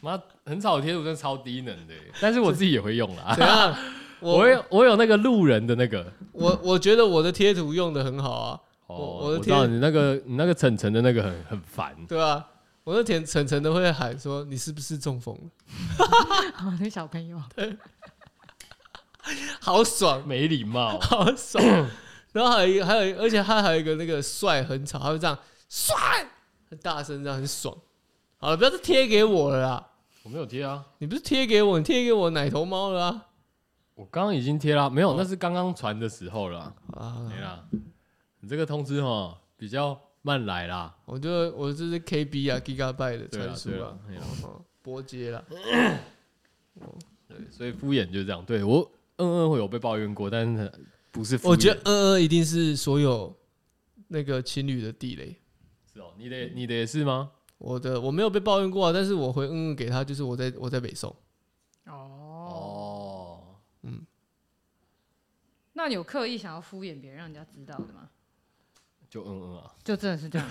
Speaker 1: 妈，很少贴图真的超低能的耶，但是我自己也会用啦。
Speaker 2: 怎样？
Speaker 1: 我
Speaker 2: 我
Speaker 1: 有我有那个路人的那个，
Speaker 2: 我我觉得我的贴图用的很好啊，我
Speaker 1: 哦，
Speaker 2: 我的
Speaker 1: 知道
Speaker 2: 贴
Speaker 1: 你那个你那个晨晨的那个很很烦，
Speaker 2: 对吧、我那天晨晨都会喊说：“你是不是中风了
Speaker 3: 哦 那小朋友，？”
Speaker 2: 好爽，。
Speaker 1: 没礼貌
Speaker 2: 好爽。然后还有一个，还有一个，而且他还有一个那个帅很吵，他会这样帅，很大声，这样很爽。好了，不要再贴给我了啦！
Speaker 1: 我没有贴啊，
Speaker 2: 你不是贴给我，你贴给我奶头猫了啊！
Speaker 1: 我刚刚已经贴啦，没
Speaker 2: 哦
Speaker 1: 有，那是刚刚传的时候了，
Speaker 2: 啊
Speaker 1: 没啦。你这个通知哈比较慢来啦，
Speaker 2: 我就我就是 KB 啊，Gigabyte 的
Speaker 1: 对啊
Speaker 2: 传输
Speaker 1: 对
Speaker 2: 啊
Speaker 1: 啊哎呀，
Speaker 2: 哦波接了。
Speaker 1: 对，所以敷衍就是这样。对我嗯嗯会有被抱怨过，但是不是敷衍
Speaker 2: 我觉得嗯嗯一定是所有那个情侣的地雷。
Speaker 1: 是哦，你的你的也是吗？
Speaker 2: 我的我没有被抱怨过啊，但是我回嗯嗯给他，就是我在我在北宋，
Speaker 3: 哦，
Speaker 1: 哦，
Speaker 3: 那你有刻意想要敷衍别人，让人家知道的吗？
Speaker 1: 就嗯嗯啊，
Speaker 3: 就真的是这样。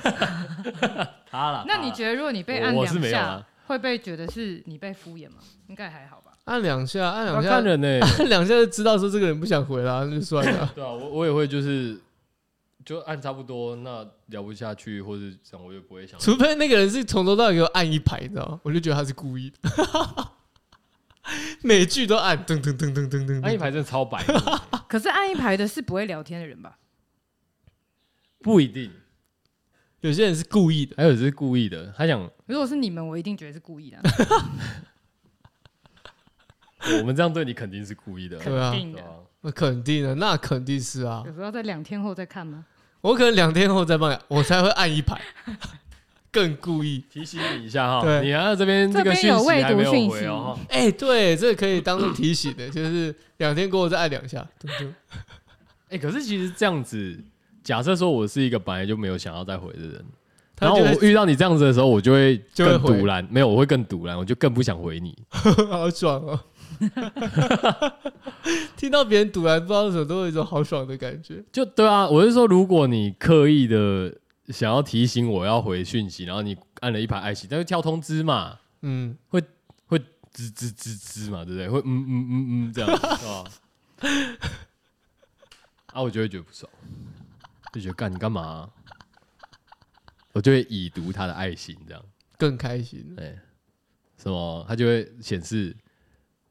Speaker 1: 他啦。
Speaker 3: 那你觉得，如果你被按
Speaker 1: 我我
Speaker 3: 两
Speaker 1: 是没有
Speaker 3: 下
Speaker 1: 啊，
Speaker 3: 会被觉得是你被敷衍吗？应该还好吧。
Speaker 2: 按两下，按
Speaker 1: 他
Speaker 2: 两
Speaker 1: 看
Speaker 2: 下，
Speaker 1: 人呢、。
Speaker 2: 按两下就知道说这个人不想回啦，那就算了
Speaker 1: 对啊，我我也会就是就按差不多，那聊不下去或者这样，我也不会想。
Speaker 2: 除非那个人是从头到尾给我按一排，你知道吗？我就觉得他是故意的， 每句都按，噔噔噔噔噔噔，
Speaker 1: 那一排真的超白 目的，
Speaker 3: 啊可是按一排的是不会聊天的人吧？
Speaker 1: 不一定，
Speaker 2: 有些人是故意的，
Speaker 1: 还有是故意的，他想
Speaker 3: 如果是你们，我一定觉得是故意的啊，
Speaker 1: 我们这样对你肯定是故意的，
Speaker 2: 对啊
Speaker 3: 肯定
Speaker 1: 对
Speaker 3: 的。
Speaker 1: 啊，
Speaker 2: 那肯定的，那肯定是啊。
Speaker 3: 有时候在两天后再看吗？
Speaker 2: 我可能两天后再帮你，我才会按一 排，更故意。
Speaker 1: 提醒你一下哈，
Speaker 2: 对
Speaker 1: 你还啊有这边这个
Speaker 3: 这边
Speaker 1: 讯
Speaker 3: 有
Speaker 1: 息
Speaker 3: 未
Speaker 1: 还没
Speaker 3: 读讯
Speaker 1: 有回
Speaker 3: 息
Speaker 1: 哦，哈
Speaker 2: 哎、对，这可以当做提醒 的，就是两天过后再按两下，对不对？
Speaker 1: 哎，可是其实这样子，假设说我是一个本来就没有想要再回的人。
Speaker 2: 他
Speaker 1: 然后
Speaker 2: 就
Speaker 1: 我
Speaker 2: 会
Speaker 1: 遇到你这样子的时候，我就会
Speaker 2: 就会
Speaker 1: 更
Speaker 2: 回
Speaker 1: 堵然，没有，我会更堵然，我就更不想回你。
Speaker 2: 好爽 哦！听到别人堵然不知道为什么，都有一种好爽的感觉。
Speaker 1: 就对啊，我是说，如果你刻意的想要提醒我要回讯息，然后你按了一排爱心，但是跳通知嘛，
Speaker 2: 嗯，
Speaker 1: 吱吱吱吱嘛，对不对？会嗯嗯嗯嗯 这样，是吧？啊，我就会觉得不爽，就觉得干你干嘛啊、我就会已读他的爱心这样，
Speaker 2: 更开心。
Speaker 1: 哎、什么他就会显示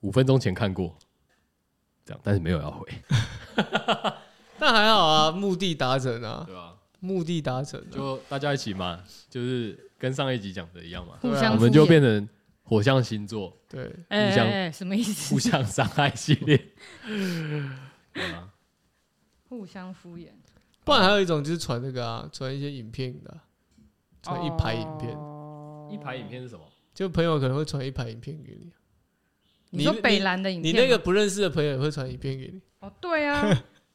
Speaker 1: 五分钟前看过，这样，但是没有要回，
Speaker 2: 但还好啊，目的达成啊，
Speaker 1: 对吧？
Speaker 2: 目的达成、啊。
Speaker 1: 就大家一起嘛，就是跟上一集讲的一样嘛，
Speaker 3: 互
Speaker 2: 对啊
Speaker 3: 相
Speaker 1: 我们
Speaker 3: 敷
Speaker 1: 就
Speaker 3: 衍
Speaker 1: 变成火象星座，
Speaker 2: 对，
Speaker 3: 哎
Speaker 1: 互相
Speaker 3: 哎哎什么意思？
Speaker 1: 互相伤害系列。 对啊
Speaker 3: 互相敷衍，
Speaker 2: 不然还有一种就是传那个啊，传一些影片的啊、传一排影片，
Speaker 3: 哦
Speaker 1: 一排影。片是什么？
Speaker 2: 就朋友可能会传一排影片给你，
Speaker 3: 你说
Speaker 2: 你
Speaker 3: 北蓝的影
Speaker 2: 你
Speaker 3: 片吗，
Speaker 2: 那个不认识的朋友也会传影片给你。
Speaker 3: 哦，对啊，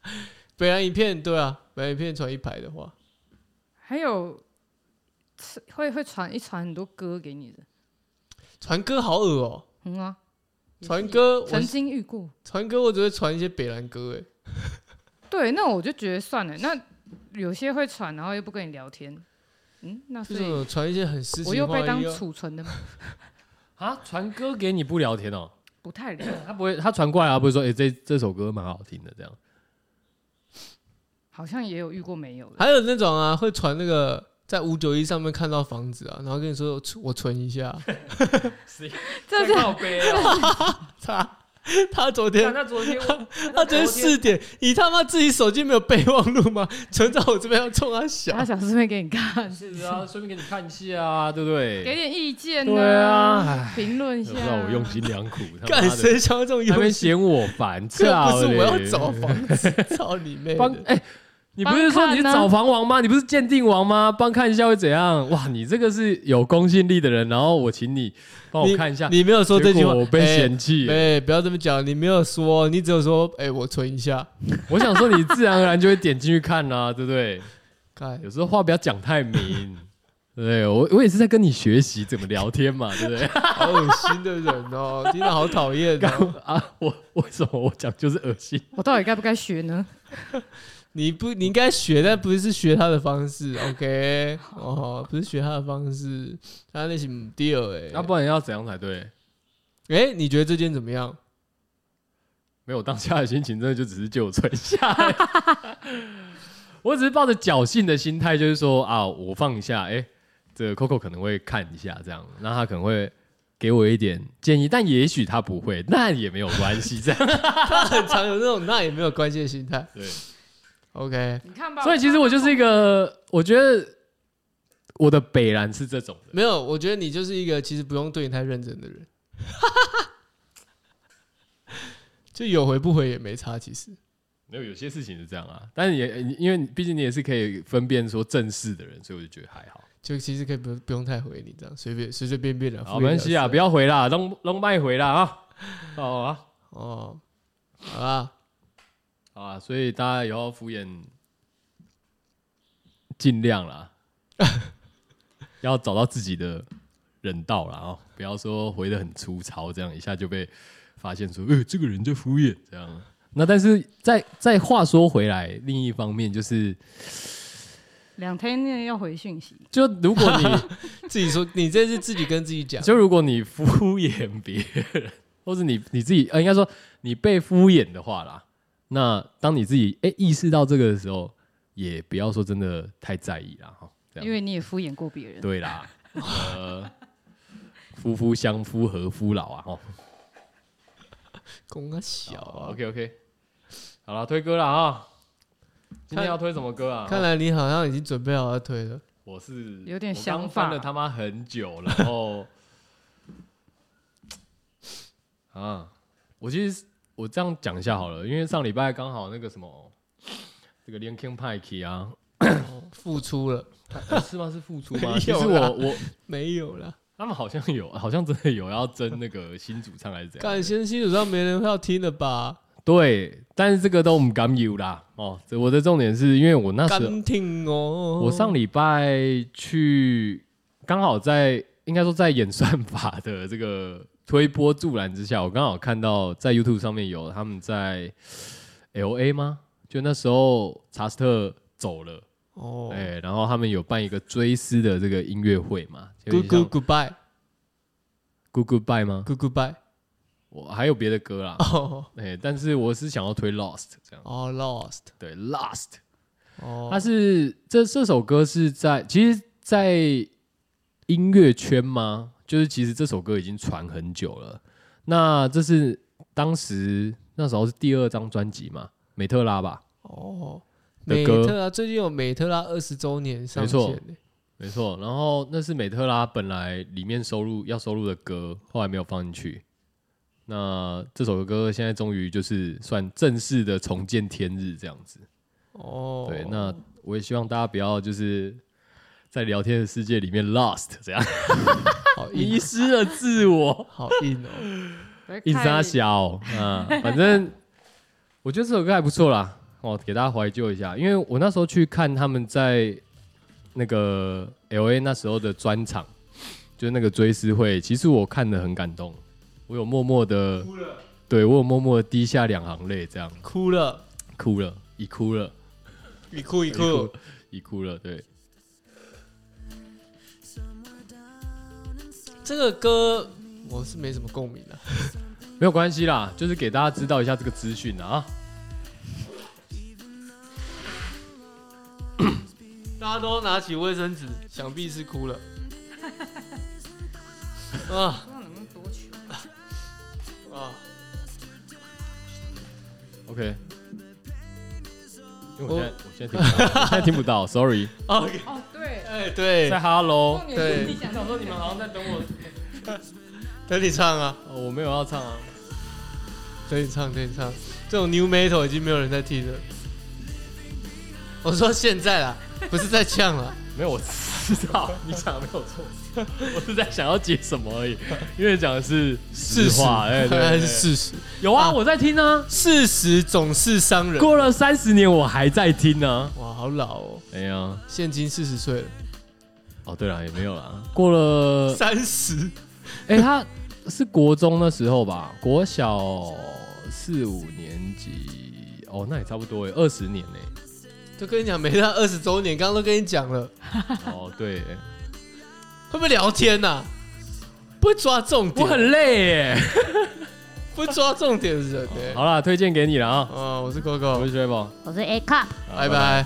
Speaker 2: 北南影片对啊，北南影片传一排的话，
Speaker 3: 还有是会会传一传很多歌给你的，
Speaker 2: 传歌好恶哦、
Speaker 3: 嗯啊，也是
Speaker 2: 传歌我
Speaker 3: 曾经遇过，
Speaker 2: 传歌我只会传一些北兰歌哎，
Speaker 3: 对，那我就觉得算了。那有些会传，然后又不跟你聊天，嗯，那
Speaker 2: 就
Speaker 3: 所
Speaker 2: 是
Speaker 3: 以
Speaker 2: 有传一些很诗
Speaker 3: 我
Speaker 2: 情
Speaker 3: 又
Speaker 2: 画
Speaker 3: 被当
Speaker 2: 意啊。
Speaker 3: 储存的吗？
Speaker 1: 啊，传歌给你不聊天哦，
Speaker 3: 不太聊，
Speaker 1: 他不会，他传过来，他不会说，哎、这这首歌蛮好听的，这样。
Speaker 3: 好像也有遇过没有的。
Speaker 2: 还有那种啊，会传那个在五九一上面看到房子啊，然后跟你说我存一 下。
Speaker 3: 这是
Speaker 1: 好悲 哦！
Speaker 2: 他他昨 天
Speaker 1: 他昨天，
Speaker 2: 他昨天四点，你他妈自己手机没有备忘录吗？ 存在我这边要冲他
Speaker 1: 啊
Speaker 2: 小
Speaker 3: 他，小师妹给你看，
Speaker 1: 是啊，顺便给你看戏啊，对不
Speaker 3: 给
Speaker 1: 对？
Speaker 3: 点意见
Speaker 1: 对啊唉
Speaker 3: 评论一下啊
Speaker 1: 不。知道我用心良苦，他
Speaker 2: 干
Speaker 1: 妈的，
Speaker 2: 谁想要这 种
Speaker 1: 还没
Speaker 2: 游戏？
Speaker 1: 嫌我烦，
Speaker 2: 这
Speaker 1: 操
Speaker 2: 不是我要
Speaker 1: 嘞
Speaker 2: 找房子，操你妹
Speaker 1: 帮
Speaker 2: 的！
Speaker 1: 哎、你不是说你是
Speaker 3: 帮看啊
Speaker 1: 找房王吗？你不是鉴定王吗？帮看一下会怎样？哇，你这个是有公信力的人，然后我请你帮我看一下。
Speaker 2: 你没有说这句
Speaker 1: 结
Speaker 2: 话，
Speaker 1: 果我被
Speaker 2: 哎
Speaker 1: 嫌弃、
Speaker 2: 哎、不要这么讲，你没有说，你只有说，哎、我存一下，
Speaker 1: 啊我想说你自然而然就会点进去看啦、对不对？
Speaker 2: 该
Speaker 1: 有时候话不要讲太明。 对我，我也是在跟你学习怎么聊天嘛，对不 对？
Speaker 2: 好恶心的人哦，听到好讨厌哦。
Speaker 1: 啊，我为什么我讲就是恶心？
Speaker 3: 我到底该不该学呢？
Speaker 2: 你不，你应该学，但不是学他的方式，OK？哦，不是学他的方式，他那是唔对哎。
Speaker 1: 啊那不然要怎样才对？
Speaker 2: 哎、你觉得这件怎么样？
Speaker 1: 没有，我当下的心情真的就只是借我存下来。 我只是抱着侥幸的心态，就是说啊，我放一下，哎、这个 Coco 可能会看一下这样，那他可能会给我一点建议，但也许他不会，那也没有关系，这样。
Speaker 2: 他很常有那种那也没有关系的心态
Speaker 1: 对，
Speaker 2: ，OK？
Speaker 3: 你看吧。
Speaker 1: 所以其实我就是一个，我觉得我的北兰是这种的，
Speaker 2: 没有，我觉得你就是一个其实不用对你太认真的人， 就有回不回也没差，其实。
Speaker 1: 没有有些事情是这样啊，但是也因为你毕竟你也是可以分辨说正式的人，所以我就觉得还好。
Speaker 2: 就其实可以不不用太回你这样，随便随随便便的。
Speaker 1: 好，没关系啊，不
Speaker 2: 要
Speaker 1: 要回啦，弄弄麦回啦啊，好啊。
Speaker 2: 哦，好啦，
Speaker 1: 好啊，所以大家以后敷衍尽量啦， 要找到自己的人道啦哦，不要说回的很粗糙，这样一下就被发现说，呃，这个人在敷衍这样。那但是再再话说回来，另一方面就是，
Speaker 3: 两天内要回讯息，
Speaker 1: 就如果你
Speaker 2: 自己说，你这是自己跟自己讲，
Speaker 1: 就如果你敷衍别人，或者你你自己，呃，应该说你被敷衍的话啦，那当你自己哎、意识到这个的时候，也不要说真的太在意啦哈。这样
Speaker 3: 因为你也敷衍过别人。
Speaker 1: 对啦，呃，夫夫相夫，何夫老 啊？哦
Speaker 2: 公啊小啊。
Speaker 1: ，OK OK，好了，推歌了啊！今天要推什么歌啊？
Speaker 2: 看来你好像已经准备好要推了。
Speaker 1: 我是
Speaker 3: 有点
Speaker 1: 我刚
Speaker 3: 想法
Speaker 1: 翻了他妈很久，然 后啊，我其实我这样讲一下好了，因为上礼拜刚好那个什么，这个 Linkin Park 啊，
Speaker 2: 哦付出了
Speaker 1: 呃是吗？是付 出吗？
Speaker 2: 没
Speaker 1: 其实
Speaker 2: 有啦
Speaker 1: 我我
Speaker 2: 没有啦？
Speaker 1: 他们好像有，好像真的有要争那个新主唱还是怎样？
Speaker 2: 干先新主上没人要听了吧？
Speaker 1: 对，但是这个都唔敢有啦。哦，这我的重点啊是因为我那时候，
Speaker 2: 敢听哦。
Speaker 1: 我上礼拜去，刚好在应该说在演算法的这个推波助澜之下，我刚好看到在 YouTube 上面有他们在 L A 吗？就那时候查斯特走了，
Speaker 2: 哦
Speaker 1: 哎、然后他们有办一个追思的这个音乐会嘛
Speaker 2: ，Good Good Goodbye
Speaker 1: Good Goodbye 吗？
Speaker 2: Good Goodbye
Speaker 1: 我还有别的歌啦，
Speaker 2: 哦
Speaker 1: 哎、但是我是想要推 Lost 这样，
Speaker 2: 哦 Lost
Speaker 1: 对 Lost。
Speaker 2: 哦，
Speaker 1: 它是这这首歌是在其实，在音乐圈吗？就是其实这首歌已经传很久了。那这是当时那时候是第二张专辑嘛，美特拉吧？
Speaker 2: 哦，
Speaker 1: 的
Speaker 2: 美
Speaker 1: 歌
Speaker 2: 特拉最近有美特拉二十周年上
Speaker 1: 没
Speaker 2: 线
Speaker 1: 错
Speaker 2: 欸，
Speaker 1: 没错。然后那是美特拉本来里面收录要收录的歌，后来没有放进去。那这首歌现在终于就是算正式的重见天日这样子。
Speaker 2: 哦，
Speaker 1: 对，那我也希望大家不要就是在聊天的世界里面 lost 这样。
Speaker 2: 好
Speaker 1: 遗
Speaker 2: 硬，，
Speaker 1: 失了自我
Speaker 2: 好硬哦，
Speaker 1: 一
Speaker 3: 太
Speaker 1: 扎 小，嗯，反正我觉得这首歌还不错啦，哦，给大家怀旧一下，因为我那时候去看他们在那个 L A 那时候的专场，就是那个追思会，其实我看的很感动，我有默默的，对我有默默的滴下两行泪，这样
Speaker 2: 哭了，
Speaker 1: 哭了，已哭了，
Speaker 2: 一哭一
Speaker 1: 已哭，已哭了，对，
Speaker 2: 这个歌我是没什么共鸣的，
Speaker 1: 没有关系啦，就是给大家知道一下这个资讯啊啊。
Speaker 2: 大家都拿起卫生纸，想必是 哭了，啊
Speaker 3: 不知道能不能多求。
Speaker 2: 啊，
Speaker 1: OK。因为
Speaker 2: 我
Speaker 1: 我现在我现在听不到， 我现在听不到，sorry。
Speaker 2: 哦，
Speaker 3: 哦，对，
Speaker 2: 哎 对
Speaker 1: 在，Hello，
Speaker 3: 重点
Speaker 2: 对
Speaker 3: 是你想说你们好像在等我，
Speaker 2: 等你唱啊，
Speaker 1: 呃我没有要唱啊。
Speaker 2: 等你唱，等你唱，这种 new metal 已经没有人在听了，我说现在啦，不是在呛啦。
Speaker 1: 没有，我知道 你讲的没有错，我是在想要接什么 而已，因为讲的是
Speaker 2: 事
Speaker 1: 实
Speaker 2: 实，
Speaker 1: 话，哎，对对
Speaker 2: 是
Speaker 1: 对，
Speaker 2: 事实。
Speaker 1: 有啊，
Speaker 2: 啊
Speaker 1: 我在听啊，
Speaker 2: 事实总是伤人。
Speaker 1: 过了三十年我还在听呢，啊
Speaker 2: 哇，好老哦，
Speaker 1: 哎呀，
Speaker 2: 现今四十岁了，
Speaker 1: 哦对了，也没有啦，过了，
Speaker 2: 三十，
Speaker 1: 哎、他是国中那时候吧，国小四五年级，哦，那也差不多哎，二十年 呢。
Speaker 2: 就跟你讲，没到二十周年，刚刚都跟你讲了，
Speaker 1: 哦，对，
Speaker 2: 会不会聊天呐、不会抓重点，
Speaker 1: 我很累耶。
Speaker 2: 不会抓重点的人、欸。
Speaker 1: 好啦，推荐给你了啊，
Speaker 2: 啊，我是
Speaker 1: 我
Speaker 2: Coco，
Speaker 1: 是 t r a v e
Speaker 4: 我是 A cup。
Speaker 2: 拜拜。